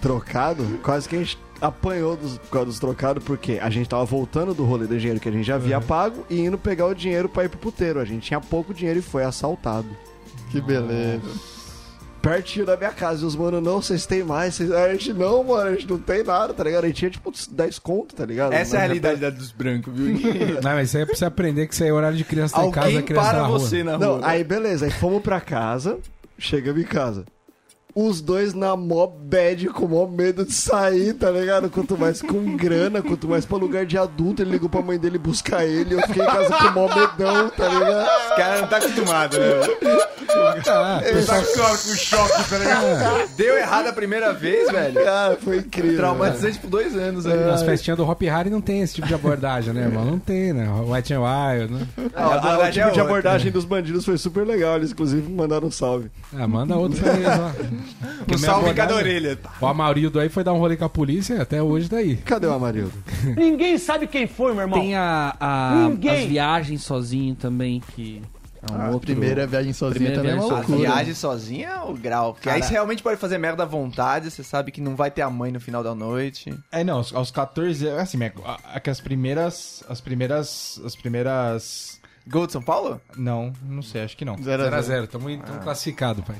F: trocado, quase que a gente apanhou dos, por causa dos trocados, porque a gente tava voltando do rolê do dinheiro que a gente já havia
B: Uhum.
F: pago e indo pegar o dinheiro pra ir pro puteiro. A gente tinha pouco dinheiro e foi assaltado.
J: Que beleza.
F: Pertinho da minha casa. E os mano, não, vocês têm mais. Vocês... A gente não, mano, a gente não tem nada, tá ligado? A gente tinha tipo 10 conto, tá ligado?
B: Essa é a
F: Mas-
B: realidade da dos brancos, viu?
I: Não, mas isso aí é pra você aprender que isso aí é horário de criança tá em casa,
B: Alguém
I: criança
B: para
I: na rua.
B: você na rua. né?
F: Não, aí beleza, aí fomos pra casa, chegamos em casa. Os dois na mó bad, com mó medo de sair, tá ligado? Quanto mais com grana, quanto mais pra lugar de adulto, ele ligou pra mãe dele buscar ele, eu fiquei em casa com mó medão, tá ligado?
B: Os caras não tá acostumado, né?
I: Ah, pessoal,
C: tá
B: Deu errado a primeira vez, velho.
F: Cara, foi incrível.
B: Traumatizante por dois anos aí.
I: nas festinhas do Hop Harry não tem esse tipo de abordagem, né, irmão? Não tem, né? Wet and Wild, né?
F: Ah, o-
B: Ah,
F: o tipo de
B: outra.
F: abordagem dos bandidos foi super legal, eles inclusive me mandaram um salve.
I: Ah, manda outro pra eles lá. Porque
B: Um
I: minha
B: salve em
I: abordagem-
B: cada orelha.
I: O Amarildo aí foi dar um rolê com a polícia e até hoje tá aí.
F: Cadê o Amarildo?
L: Ninguém sabe quem foi, meu irmão.
A: Tem a, a-
L: Ninguém.
A: as viagens sozinho também, que é um
J: A
A: outro...
J: Ah, primeira viagem sozinha
A: Primeira
J: também é uma
A: viagem
J: loucura.
B: Viagem sozinha é o grau. Porque aí você realmente pode fazer merda à vontade, você sabe que não vai ter a mãe no final da noite.
C: É, não, aos aos 14, é assim, é, é que as primeiras, as primeiras, as primeiras...
B: Gol de São Paulo?
C: Não, não sei, acho que não.
I: 0 a 0 tamo, tamo classificado, pai.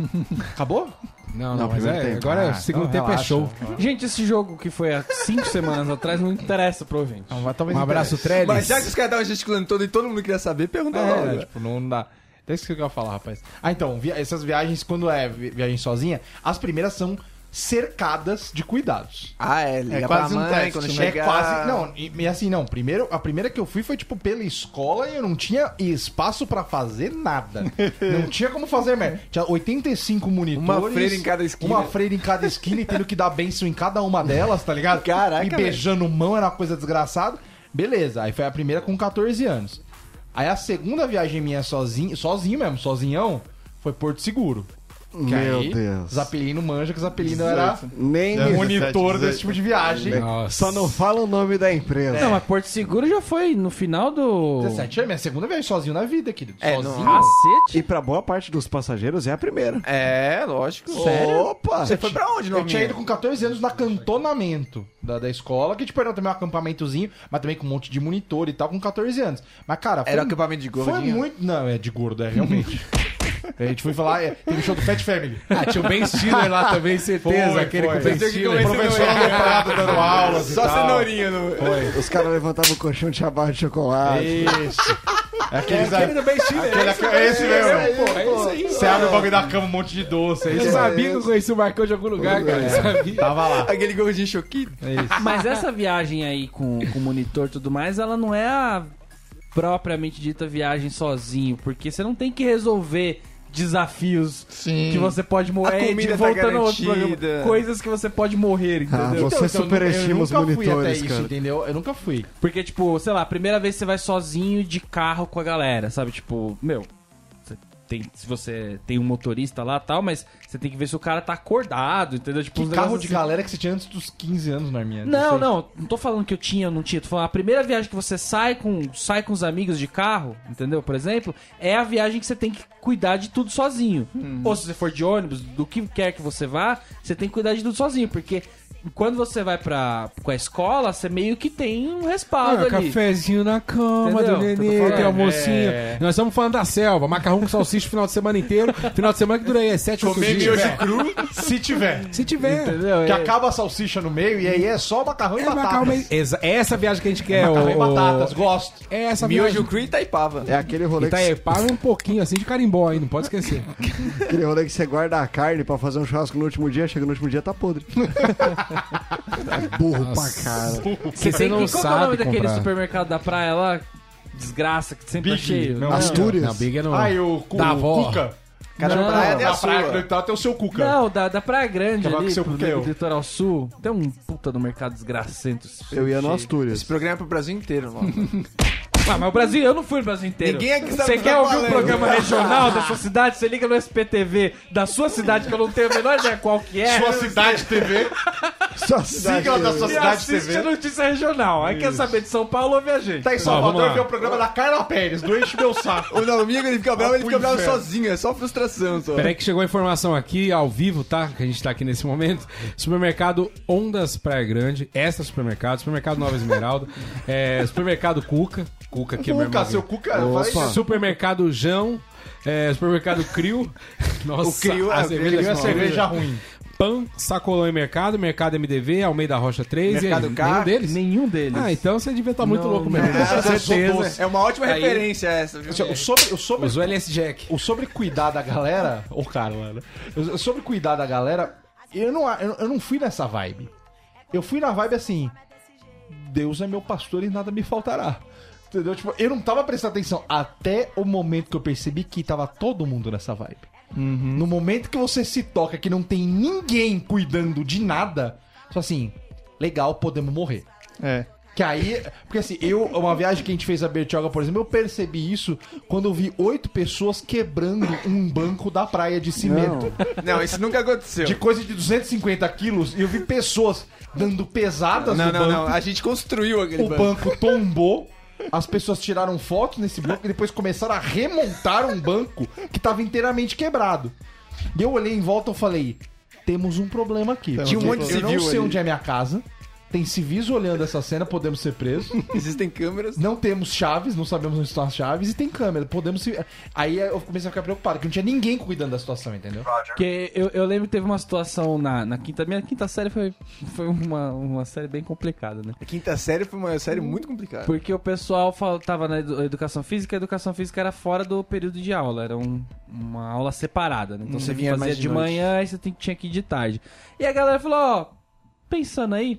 C: Acabou?
I: Não, não, mas
F: primeiro
I: é,
F: tempo.
I: agora o
C: Ah,
I: segundo
C: então
I: tempo
C: relaxa.
I: é show.
A: Gente, esse jogo que foi há cinco semanas atrás não interessa pro ouvinte.
C: Não, mas Então talvez
I: Um abraço, Trellis.
B: Mas já que os caras estavam gesticulando todo e todo mundo queria saber, pergunta logo.
C: É, tipo, não dá. Até esqueci o que eu ia falar, rapaz. Ah, então, via- essas viagens, quando é vi- viagem sozinha, as primeiras são cercadas de cuidados.
B: Ah, é, liga
J: É
B: pra
J: quase um
B: mãe
J: teste,
B: quando
J: né?
B: chegar.
C: É quase. Não, e, e assim, não. Primeiro, a primeira que eu fui foi, tipo, pela escola e eu não tinha espaço pra fazer nada. não tinha como fazer merda. Tinha 85 monitores.
B: Uma freira em cada esquina.
C: Uma freira em cada esquina e tendo que dar benção em cada uma delas, tá ligado?
B: Caraca,
C: E beijando mão era uma coisa desgraçada. Beleza, aí foi a primeira com 14 anos. Aí a segunda viagem minha sozinho, sozinho mesmo, sozinhão, foi Porto Seguro. Que
F: Meu
C: aí,
F: Deus.
C: Zapelino manja, que Zapelino era
F: Nem me-
C: É monitor desse tipo de viagem.
I: Nossa.
F: Só não fala o nome da empresa.
A: Não, mas Porto Seguro já foi no final do.
C: 17 é minha segunda viagem sozinho na vida, querido.
B: É, não-
C: sozinho.
I: ah,
A: Cacete?
F: E pra boa parte dos passageiros é a primeira.
B: É, lógico.
F: Opa!
B: Você foi pra onde,
C: Eu tinha ido
B: Norminha?
C: com 14 anos no acantonamento da, da escola, que tipo, era também um acampamentozinho, mas também com um monte de monitor e tal, com 14 anos. Mas, cara, foi,
B: Era acampamento de
C: foi
B: gordinho?
C: muito. Não, é de gordo, é realmente. a gente foi falar, é, teve show do Fat Family.
I: Ah, tinha o Ben Stiller lá também, certeza.
C: Foi,
I: aquele
C: foi.
I: com o Ben
C: Você
B: tinha que
I: Stiller.
B: comer
C: Professor aloprado dando aulas e
B: Só
C: tal.
B: cenourinha no...
F: Os caras levantavam o colchão de barra de chocolate.
C: Isso. É aqueles
B: Tá
I: Aquele do Ben
B: né?
I: Stiller.
C: Aquele- é esse mesmo.
I: pô, é isso aí.
C: Você abre o bagulho da cama, um monte de doce. É
I: Eu
C: isso aí.
I: sabia que eu conheci o Marcão de algum lugar, cara. Eu sabia.
C: Tava lá.
B: Aquele gordinho choquido.
A: Mas essa viagem aí com, com monitor e tudo mais, ela não é a propriamente dita viagem sozinho, porque você não tem que resolver desafios
H: Sim.
A: que você pode é, morrer
B: comida tá garantida.
A: coisas que você pode morrer, entendeu?
F: Ah, você superestima os monitores, cara.
C: entendeu? Eu nunca fui.
A: Porque, tipo, sei lá, primeira vez você vai sozinho de carro com a galera, sabe? Tipo, meu, você tem, se você tem um motorista lá e tal, mas você tem que ver se o cara tá acordado, entendeu? Tipo,
C: Que
A: uns
C: carro
A: negócios
C: de
A: assim.
C: galera que você tinha antes dos 15 anos, Norminha?
A: Não, não, não tô falando que eu tinha ou não tinha. Tô falando a primeira viagem que você sai com, sai com os amigos de carro, entendeu? Por exemplo, é a viagem que você tem que cuidar de tudo sozinho.
C: Hum.
A: Ou se você for de ônibus, do que quer que você vá, você tem que cuidar de tudo sozinho, porque quando você vai pra, com a escola, você meio que tem um respaldo
I: Ah,
A: ali.
I: cafezinho na cama
A: Entendeu?
I: do
A: Tô
I: nenê,
A: falando.
I: tem almocinho. Nós estamos falando da selva, macarrão com salsicha o final de semana inteiro. Final de semana que dura aí, é 7, 8
C: Comer
I: dias.
C: miojo cru, se tiver.
I: Se tiver.
A: Entendeu?
C: Que
A: É-
C: acaba a salsicha no meio e aí é só macarrão e
I: É
C: batata.
I: macarrão, mas- Exa- é essa viagem que a gente quer.
C: Macarrão e
I: ô-
C: batatas, gosto.
I: É essa
B: Miojo tá
I: viagem.
B: cru e taipava.
F: É aquele rolê,
B: tá
F: que,
I: Itaipava é um pouquinho assim de carimbó aí, não pode esquecer.
F: aquele rolê que você guarda a carne pra fazer um churrasco no último dia, chega no último dia tá podre. É burro pra cara.
I: Você,
A: Tem que- qual que é
I: não
A: o nome
I: sabe
A: daquele
I: comprar.
A: supermercado da praia lá? Desgraça, que sempre tá
C: Big,
A: cheio.
C: não.
F: Astúrias.
I: Não, Big é não.
C: Aí o, cu,
I: Da avó.
C: Cuca.
B: Cada
A: Não.
B: praia é tem a
C: Na praia
B: sua.
C: do Itaú tem o seu Cuca.
A: Não, da, da Praia
B: é
A: Grande
C: Tava com
A: ali,
C: seu
A: pro
C: cuqueu.
A: litoral sul. Tem um puta no mercado desgracento.
F: Eu ia no
B: Esse
F: Astúrias.
B: programa é pro Brasil inteiro, mano.
A: Ah, mas o Brasil, eu não fui no Brasil inteiro.
B: Ninguém aqui sabe
A: Você
B: o que
A: quer
B: tá
A: ouvir um
B: falando.
A: programa regional da sua cidade? Você liga no SPTV da sua cidade, que eu não tenho a menor ideia qual que é.
C: Sua Cidade TV.
F: Só
C: Sigla da sua
A: e
C: Cidade
A: assiste a
C: TV.
A: notícia regional. Aí quer saber de São Paulo, ouve a gente.
C: Tá em
I: vamos
C: Salvador,
I: lá.
C: vê o programa da Carla Pérez, do Enche Meu Saco.
B: O Norminha, quando ele fica bravo, ele
C: Fui
B: fica bravo
C: inferno.
B: sozinho. É só frustração, só.
I: Peraí que chegou a informação aqui, ao vivo, tá? Que a gente tá aqui nesse momento. Supermercado Ondas Praia Grande, essa supermercado, supermercado Nova Esmeralda, é, supermercado Cuca, Cuca aqui é meu
C: Cuca,
I: irmão.
C: seu Cuca. fala isso.
I: Supermercado Jão, é, supermercado Crio, nossa,
B: O Crio é-
I: a
B: ele
I: cerveja,
B: é
I: que
C: Uma
I: não-
C: cerveja ruim.
I: Pan, Sacolão e Mercado, Mercado MDV, Almeida Rocha 3,
B: Mercado
I: e aí,
B: K.
I: nenhum deles?
A: Nenhum deles.
I: Ah, então você devia estar muito
A: Não,
I: louco
A: não.
I: mesmo.
B: Ah,
I: Com certeza.
B: É uma ótima
I: Aí-
B: referência essa, viu?
C: Assim, ó, O sobre, o sobre
I: Usou LS Jack.
C: o sobre cuidar da galera, ô Carla, né? O- sobre cuidar da galera, eu não, a- eu eu não fui nessa vibe. Eu fui na vibe assim, Deus é meu pastor e nada me faltará. Entendeu? Tipo, eu não tava prestando atenção até o momento que eu percebi que tava todo mundo nessa vibe. No momento que você se toca que não tem ninguém cuidando de nada, só assim, legal, podemos morrer.
H: É.
C: Que aí, porque assim, eu, uma viagem que a gente fez a Bertioga, por exemplo, eu percebi isso quando eu vi oito pessoas quebrando um banco da praia de cimento.
B: Não, isso nunca aconteceu.
C: De coisa de 250 quilos, e eu vi pessoas dando pesadas
B: Não,
C: no
B: não, não.
C: banco.
B: A gente construiu aquele
C: O banco tombou. As pessoas tiraram fotos nesse banco e depois começaram a remontar um banco que tava inteiramente quebrado. E eu olhei em volta e falei: temos um problema aqui.
H: Temos
C: Tinha um
H: um
C: monte de Eu
B: problema.
C: não
B: civil
C: sei
B: ali.
C: onde é minha casa. Tem civis olhando essa cena, podemos ser presos.
B: Existem câmeras.
C: Não temos chaves, não sabemos onde estão as chaves e tem câmera. Podemos se. Aí eu comecei a ficar preocupado, que não tinha ninguém cuidando da situação, entendeu?
A: Porque eu, eu lembro que teve uma situação na, na quinta... Minha quinta série foi, foi uma, uma série bem complicada, né?
B: A quinta série foi uma série muito complicada.
A: Porque o pessoal fal- tava na edu- educação física, a educação física era fora do período de aula, era um- uma aula separada,
K: Hum,
A: né? Então você
B: vinha
A: fazia
B: mais de
A: de
B: noite.
A: manhã e você tem- tinha que ir de tarde. E a galera falou, ó, pensando aí,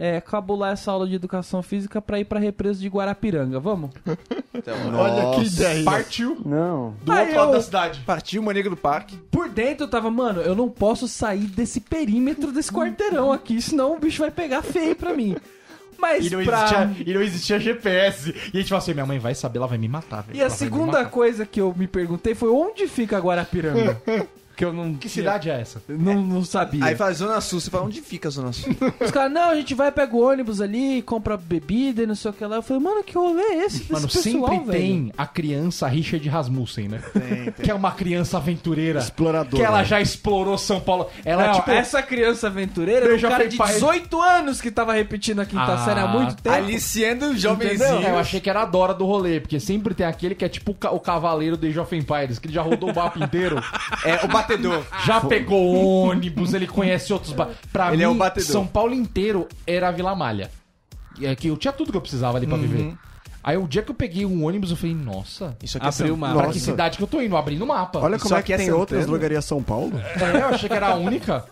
A: é, cabular essa aula de educação física pra ir pra represa de Guarapiranga, vamos?
H: Olha que ideia.
C: Partiu
F: Não.
C: do
A: Aí
C: outro lado
A: eu-
C: da cidade.
B: Partiu o maníaco do parque.
A: Por dentro eu tava, mano, eu não posso sair desse perímetro desse quarteirão aqui, senão o bicho vai pegar feio pra mim.
K: Mas
C: E não,
K: pra...
C: existia, e não existia GPS. E a gente falou assim: minha mãe vai saber, ela vai me matar, velho.
K: E a
C: Ela vai me
K: segunda
C: matar.
K: coisa que eu me perguntei foi onde fica Guarapiranga? que eu não,
C: Que cidade é essa?
K: não, não sabia.
B: Aí fala Zona Sul, você fala, onde fica a Zona Sul?
K: Os caras, não, a gente vai, pega o ônibus ali, compra bebida e não sei o que lá. Eu falei, mano, que rolê é esse desse
C: Mano,
K: pessoal,
C: sempre
K: velho?
C: tem a criança Richard Rasmussen, né? Que é uma criança aventureira.
F: Exploradora.
C: Que ela já explorou São Paulo. Ela,
K: Não,
C: tipo,
K: essa criança aventureira era um
C: Beija
K: cara
C: foi
K: de
C: pai.
K: 18 anos que tava repetindo a quinta
C: Ah,
K: série há muito tempo.
B: Aliciando o
C: Entendeu?
B: jovenzinho.
C: É, eu achei que era a Dora do rolê, porque sempre tem aquele que é tipo o ca- o cavaleiro de Age of Empires, que ele já rodou o mapa inteiro,
B: É, o batedor.
C: já pegou ônibus, ele conhece outros ba... Pra
B: Ele
C: mim,
B: é o batedor.
C: São Paulo inteiro era a Vila Malha. E é que eu tinha tudo que eu precisava ali pra viver. Aí o dia que eu peguei um ônibus, eu falei, nossa,
B: Isso aqui
A: Abriu
B: é
A: uma.
C: pra que
F: Nossa.
C: cidade que eu tô indo? Abrindo o mapa.
F: Olha como
B: Só
F: é que,
B: que é
F: tem
B: Santana.
F: outras drogarias São Paulo.
C: É, eu achei que era a única.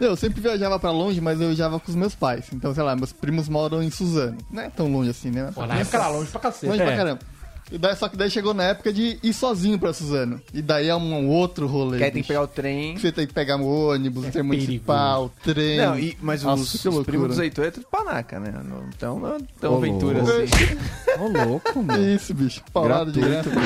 J: Eu sempre viajava pra longe, mas eu viajava com os meus pais. Então, sei lá, meus primos moram em Suzano. Não é tão longe assim, né?
C: Pô, na época era longe pra cacete.
J: Longe
I: É.
J: pra caramba. E daí, só que daí chegou na época de ir sozinho pra Suzano. E daí é um outro rolê.
B: Que aí tem
J: bicho.
B: que pegar o trem.
J: Você tem que pegar um
I: É
J: ônibus, intermunicipal, trem.
B: Não, e, mas
J: Nossa,
B: os,
J: que
B: os
J: loucura.
B: primos dos Heitor é tudo panaca, né? Não- Então não é tão
F: Ô,
B: aventura assim.
I: Ô, louco,
J: Que
I: mano.
J: Isso, bicho. Paulado de
I: Gratuito.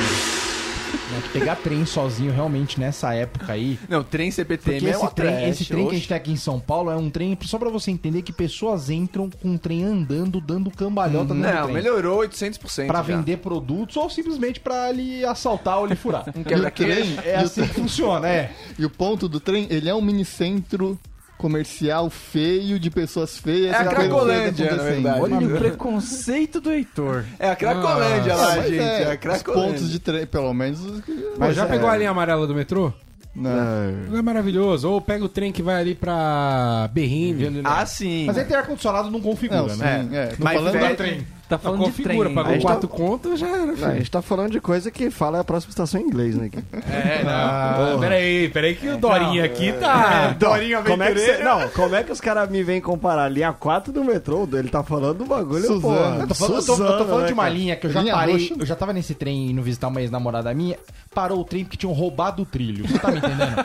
C: Né? Pegar trem sozinho, realmente, nessa época aí,
B: Não, trem CPTM
C: Porque
B: é
C: esse
B: uma
C: trem,
B: trash,
C: esse trem que a gente
B: oxe.
C: tem aqui em São Paulo é um trem, só pra você entender, que pessoas entram com um trem andando, dando cambalhota dentro do
B: Uhum. Não,
C: trem.
B: melhorou 800%.
C: Pra
B: já.
C: vender produtos ou simplesmente pra ele assaltar ou ele furar.
B: Um
J: E o trem,
C: É assim que funciona, é.
J: e o ponto do trem, ele é um minicentro comercial feio, de pessoas feias.
B: É a
J: e coisa
B: Cracolândia, na
J: acontecendo.
B: verdade.
K: Olha o preconceito do Heitor.
B: É a Cracolândia
J: Ah,
B: lá,
J: mas
B: gente. É,
J: é,
B: a
J: os
B: Cracolândia.
J: pontos de trem, pelo menos. os que-
I: Mas já pegou a linha amarela do metrô?
J: Não.
I: Não é maravilhoso. Ou pega o trem que vai ali pra Berrini.
B: Ah, sim.
C: Mas é aí tem ar-condicionado, não configura,
J: Não, sim,
C: né?
J: é. Tô
B: Mas
J: falando
B: velho-
J: da
C: Trem.
K: Tá falando de trem.
I: Configura, pagou
F: Aí tá-
I: quatro contas, já era,
F: a
I: filho.
F: gente tá falando de coisa que fala a próxima estação em inglês, né?
I: É, não. Peraí, peraí que o Dorinha aqui tá...
F: Dorinho como é que cê- Não, como é que os caras me vêm comparar a linha 4 do metrô? Ele tá falando do bagulho,
J: Suzano.
F: porra.
J: Eu
C: Tô falando, É, eu tô- eu tô
F: Suzano,
C: falando
F: né,
C: de uma
F: cara?
C: linha que eu já
J: Linha
C: parei.
J: roxa.
C: Eu já tava nesse trem indo visitar uma ex-namorada minha. Parou o trem porque tinham roubado o trilho. Você tá me entendendo?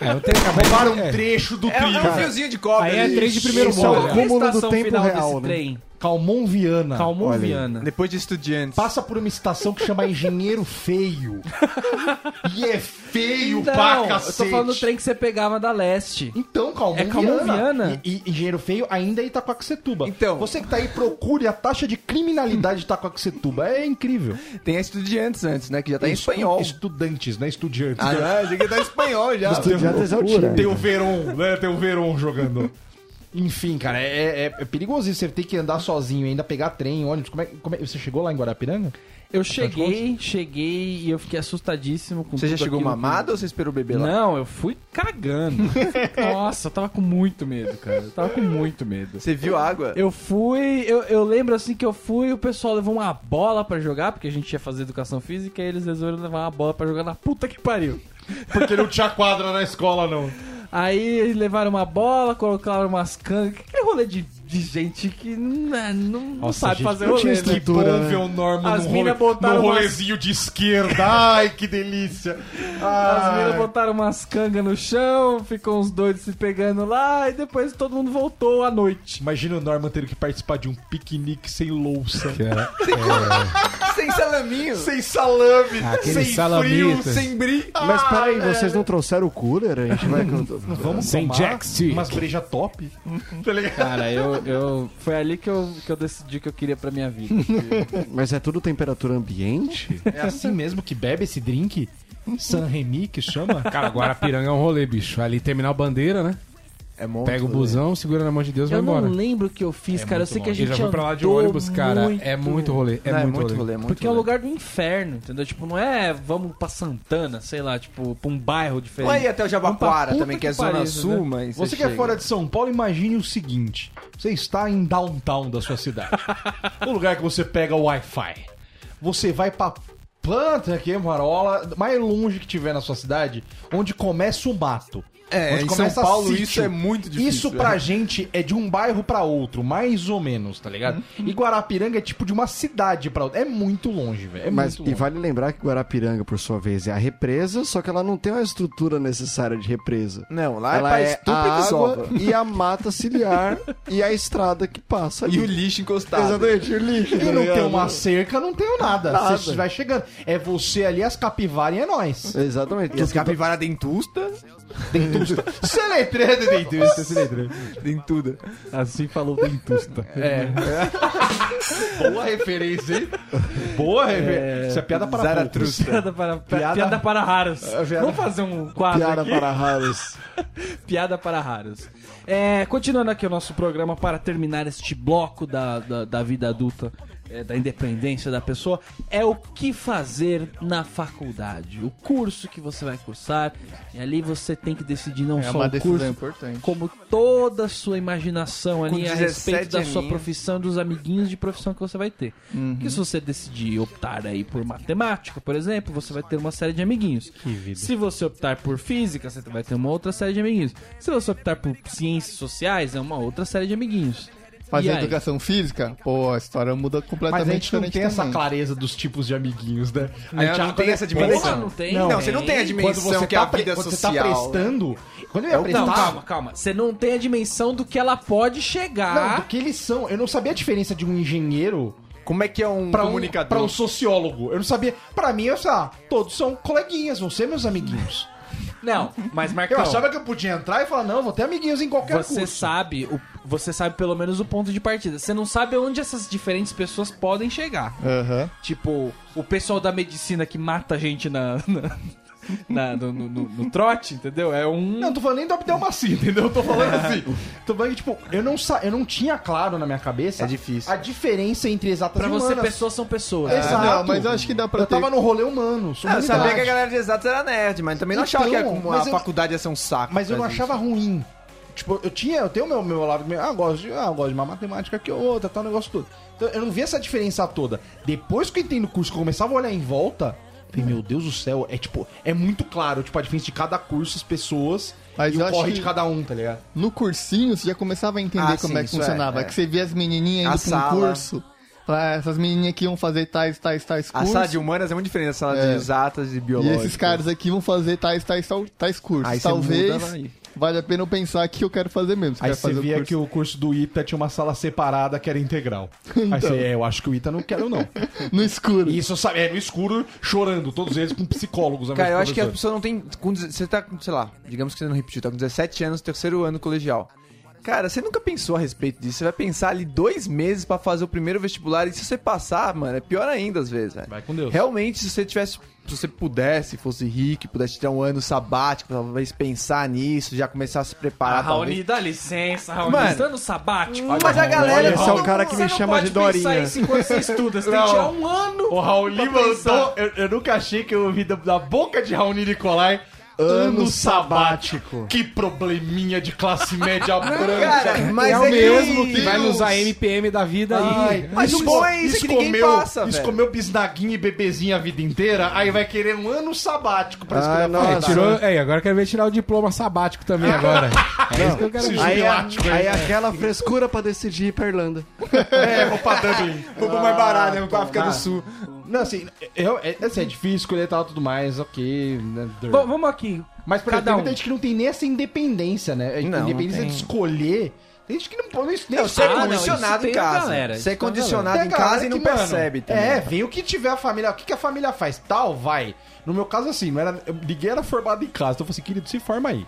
I: É, o trem acabou...
C: Roubaram um
I: É.
C: trecho do
B: É, é
C: trilho.
B: um fiozinho de cobra.
I: Aí é
B: ali.
I: trem de primeiro
F: Isso é o
C: né?
I: mundo.
F: cúmulo do
A: estação
F: tempo
A: final
F: real,
A: desse
F: né?
A: trem?
C: Calmon
K: Tá,
C: Viana.
A: Calmon
F: Olha aí.
A: Viana.
B: Depois de estudiantes.
C: passa por uma estação que chama Engenheiro Feio. e é feio pra
A: Não, Então, eu
C: cacete.
A: tô falando do trem que você pegava da leste.
C: Então, Calmon
A: É Calmon Viana?
C: E, e Engenheiro Feio ainda é Itacoaxetuba.
B: Então.
C: Você que tá aí, procure a taxa de criminalidade de Itacoaxetuba. É incrível.
B: Tem a estudiantes antes, né? Que já tá em espanhol.
C: Estudantes, né? Estudantes.
B: Ah, não, esse aqui tá em espanhol já.
F: Estudiantes é o time.
C: Tem o Veron, né? Tem o Veron jogando. Enfim, cara, é, é, é perigosíssimo. Você tem que andar sozinho ainda, pegar trem, ônibus. Como é, como é- você chegou lá em Guarapiranga?
K: Tá
A: Eu cheguei, cheguei e eu fiquei assustadíssimo com
B: Você já
A: tudo
B: chegou
A: aquilo
B: mamado ou você esperou beber lá?
A: Não, eu fui cagando. Nossa, eu tava com muito medo, cara. Eu tava com muito medo.
B: Você viu a água?
A: Eu fui, eu, eu lembro assim que eu fui, o pessoal levou uma bola pra jogar, porque a gente ia fazer educação física, e eles resolveram levar uma bola pra jogar na puta que pariu.
C: Porque não tinha quadra na escola, não.
A: Aí eles levaram uma bola, colocaram umas canas. Que rolê de, de gente que não, não- não sabe
I: gente,
A: fazer rolê, né?
C: bom ver o Norman
A: As mina botaram umas-
C: de esquerda. Ai, que delícia.
A: As meninas botaram umas cangas no chão, ficou uns doidos se pegando lá, e depois todo mundo voltou à noite.
C: Imagina o Norman tendo que participar de um piquenique sem louça.
B: Sem salaminho. Sem
C: Ah, salame,
I: Aquele salamito.
B: bri.
F: Mas peraí, vocês não trouxeram o cooler? A gente vai...
C: Vamos
I: Sem
C: tomar
I: Jack Stick.
C: umas breja top. Tá ligado?
A: Cara, eu, eu. Foi ali que eu, que eu decidi que eu queria pra minha vida.
F: Mas é tudo temperatura ambiente?
C: É assim mesmo que bebe esse drink? San Remy, que chama?
I: Cara, Guarapiranga é um rolê, bicho. Ali terminal bandeira, né?
B: É monstro,
I: Pega o busão, segura na mão de Deus e vai
A: Eu não
I: embora.
A: lembro o que eu
I: É
A: fiz, cara. Eu sei que a
I: Eu
A: gente.
I: já fui pra lá de
A: andou
I: ônibus, cara. É muito rolê. É,
B: Não,
I: muito, rolê.
B: muito
A: Porque é um lugar do inferno, entendeu? Tipo, não é vamos pra Santana, sei lá, tipo, pra um bairro diferente.
B: Vai até
A: Vamos pra
B: o Jabaquara
A: puta
B: também, que é
A: que
B: Zona
A: pariu,
B: Sul, mas.
C: Você que é fora de São Paulo, imagine o seguinte: você está em downtown da sua cidade. o lugar que você pega o Wi-Fi. Você vai pra planta aqui, marola, mais longe que tiver na sua cidade, onde começa o mato.
B: É,
C: onde
B: em
C: começa
B: São Paulo
C: sítio.
B: isso é muito difícil,
C: Isso pra
B: é.
C: gente é de um bairro pra outro, mais ou menos, tá ligado?
B: Uhum.
C: E Guarapiranga é tipo de uma cidade pra outra. É muito longe, velho. É
F: Mas,
C: muito
F: e
C: longe.
F: vale lembrar que Guarapiranga, por sua vez, é a represa, só que ela não tem uma estrutura necessária de represa.
B: Não, lá é
F: ela
B: pra
F: é
B: estupe
F: a
B: que
F: água
B: sobra.
F: e a mata ciliar e a estrada que passa ali.
B: E o lixo encostado.
F: Exatamente, o lixo.
C: E
F: tá
C: não
B: é
F: ligado?
C: tem uma cerca, não tem nada.
F: Nada.
C: Você vai chegando. É você ali, as capivaras e é nós.
F: Exatamente.
B: E as capivaras dentustas?
C: Seletrando, dentusta, seletrando.
B: Dentuda.
A: Assim falou Ventusta.
C: Boa é referência, hein? Boa referência. Isso é piada para poucos.
B: Zaratrusta.
A: Piada para,
C: Piada-
A: piada... para raros. Vamos fazer um quadro
F: Piada
A: aqui.
F: para raros.
A: Piada para raros. É, continuando aqui o nosso programa para terminar este bloco da, da, da vida adulta, é, da independência da pessoa, é o que fazer na faculdade. O curso que você vai cursar, e ali você tem que decidir não
J: É
A: só
J: uma
A: o
J: decisão
A: curso,
J: importante.
A: como toda a sua imaginação ali a
B: 17
A: respeito da sua
B: aninhos.
A: profissão, dos amiguinhos de profissão que você vai ter. Porque se você decidir optar aí por matemática, por exemplo, você vai ter uma série de amiguinhos. Se você optar por física, você vai ter uma outra série de amiguinhos. Se você optar por ciências sociais, é uma outra série de amiguinhos. E
J: Fazer
A: aí?
J: educação física, pô, a história muda
C: Mas
J: completamente
C: a gente não
J: é diferente
C: tem essa
J: também.
C: clareza dos tipos de amiguinhos, né? A
B: Não,
C: gente
B: não tem essa
A: Porra,
B: dimensão.
A: não tem.
B: Não, você não tem a dimensão
C: Quando você
B: que
C: tá
B: é a
C: pre-
B: vida
C: quando
B: social.
C: Você tá prestando. Quando eu ia prestar.
A: Não, calma, calma. Você não tem a dimensão do que ela pode
C: Não, do
A: chegar.
C: que eles são. Eu não sabia a diferença de um engenheiro
B: Como é que é um
C: pra um,
B: comunicador?
C: pra um sociólogo. Eu não sabia. Pra mim, eu sei lá, todos são coleguinhas, vão ser meus amiguinhos.
A: Não, mas
C: Eu
A: Marcão,
C: achava que eu podia entrar e falar, não, vou ter amiguinhos em qualquer
A: É você
C: curso.
A: sabe, o- você sabe pelo menos o ponto de partida. Você não sabe onde essas diferentes pessoas podem chegar.
J: Aham.
A: Tipo, o pessoal da medicina que mata a gente na, na- na- no, no- no- no trote, entendeu? É um.
C: Não, tô falando nem do abdelmaci, entendeu? Eu Tô falando assim. Tô falando que, tipo, eu não, sa... eu não tinha claro na minha cabeça
B: É difícil.
C: a diferença entre exatas
A: pra
C: e
A: você,
C: humanas.
A: pessoas são pessoas.
J: Ah,
C: Exato.
J: não, mas eu acho que dá pra
C: Eu
J: ter...
C: tava no rolê humano,
B: Ah, eu sabia que a
C: humanidade.
B: galera de exatos era nerd, mas também não achava que
C: Então,
B: a, como
C: mas
B: a
C: eu-
B: faculdade ia ser um saco.
C: Mas eu não
B: pra gente.
C: achava ruim. Tipo, eu tinha, eu tenho o meu, meu lado, meu, ah, eu gosto de, ah, eu gosto de uma matemática que outra, tal, negócio todo. Então, eu não vi essa diferença toda. Depois que eu entrei no curso, que eu começava a olhar em volta, eu falei, meu Deus do céu, é tipo, é muito claro, tipo, a diferença de cada curso, as pessoas,
J: Mas
C: e
J: eu
C: o
J: acho
C: corre
J: que-
C: de cada um, tá ligado?
J: No cursinho, você já começava a entender
B: Ah,
J: como
B: sim,
J: é que
B: isso
J: funcionava.
B: é, é.
J: Que você via as menininhas indo
B: A
J: pra um
B: sala.
J: curso. Pra essas menininhas que iam fazer tais, tais, tais
B: A
J: cursos.
B: sala de humanas é muito diferente da sala
J: É.
B: de exatas e
C: um
J: E
B: biológicas.
J: esses caras aqui vão fazer tais, tais, tal- tais cursos.
B: Aí você
J: Talvez
B: muda, vai.
J: vale a pena eu pensar o que eu quero fazer mesmo. Se
C: Aí
J: quer
C: você
J: fazer o
C: via
J: curso.
C: que o curso do ITA tinha uma sala separada que era integral. Aí você, é, eu acho que o ITA não quero, não.
J: No escuro.
C: E isso eu sabia, é, no escuro, chorando, todos eles com psicólogos. ao
B: Cara, eu
C: mesmo
B: acho que é a
C: professor.
B: pessoa não tem. com deze- você tá, com, sei lá, digamos que você não repetiu, tá com 17 anos, terceiro ano colegial. Cara, você nunca pensou a respeito disso. Você vai pensar ali dois meses pra fazer o primeiro vestibular e se você passar, mano, é pior ainda às vezes, velho.
C: Vai com Deus.
B: Realmente, se você tivesse. Se você pudesse, fosse rico, pudesse tirar um ano sabático, talvez pensar nisso, já começar a se preparar.
A: Ah, Raoni,
B: talvez.
A: dá licença, Raoni.
B: Mano.
A: Você tá no sabático.
B: Mas a galera.
F: Esse é o cara que
A: Você
F: me
A: não
F: chama
A: pode
F: de Dorinha.
A: pensar isso enquanto você estuda. Você tem que tirar um ano.
C: O Raoni
A: pra pensar.
C: mandou. Eu, eu nunca achei que eu ouvi da, da boca de Raoni Nicolai. Ano sabático. Que probleminha de classe média branca.
B: Cara, mas é,
I: o mesmo
B: que...
I: que vai nos AMPM da vida aí.
B: Mas o bom é isso, que ninguém passa,
C: Isso
B: velho.
C: comeu bisnaguinha e bebezinha a vida inteira, aí vai querer um ano sabático pra escolher
B: né?
F: Ah,
C: a
I: É,
B: tipo,
F: nossa.
I: tirou, é, agora eu quero ver tirar o diploma sabático também
A: Ah,
I: agora. É isso que eu quero ver.
F: Aí, é-
C: Jubilático, hein?
F: aí é
B: né?
F: aquela frescura pra decidir ir pra Irlanda.
C: É, vou pra Dublin. Ah.
B: Vou pra mais barato, né? Vou pra África
C: tomar.
B: do Sul.
C: Não, assim, eu, é, assim, é difícil escolher tal tudo mais, ok. né,
A: V- vamos aqui.
C: Mas, por
A: Cada
C: exemplo,
A: um.
C: tem gente que não tem nem essa independência, né? A
B: Não, não
C: independência
B: tem.
C: de escolher. Tem gente que não pode nem
B: Não, você é
A: Ah, não, isso
B: condicionado em
A: tem a
B: casa.
A: galera, isso
B: Você
A: tem
B: é
A: a
B: condicionado
C: Tem
B: em
C: galera
B: casa e
C: que,
B: não
C: mano,
B: percebe também.
C: É, vem o que tiver a família. O que, que a família faz? Tal, vai. No meu caso, assim, não era, eu- ninguém era formado em casa. Então eu falei assim, querido, se forma aí.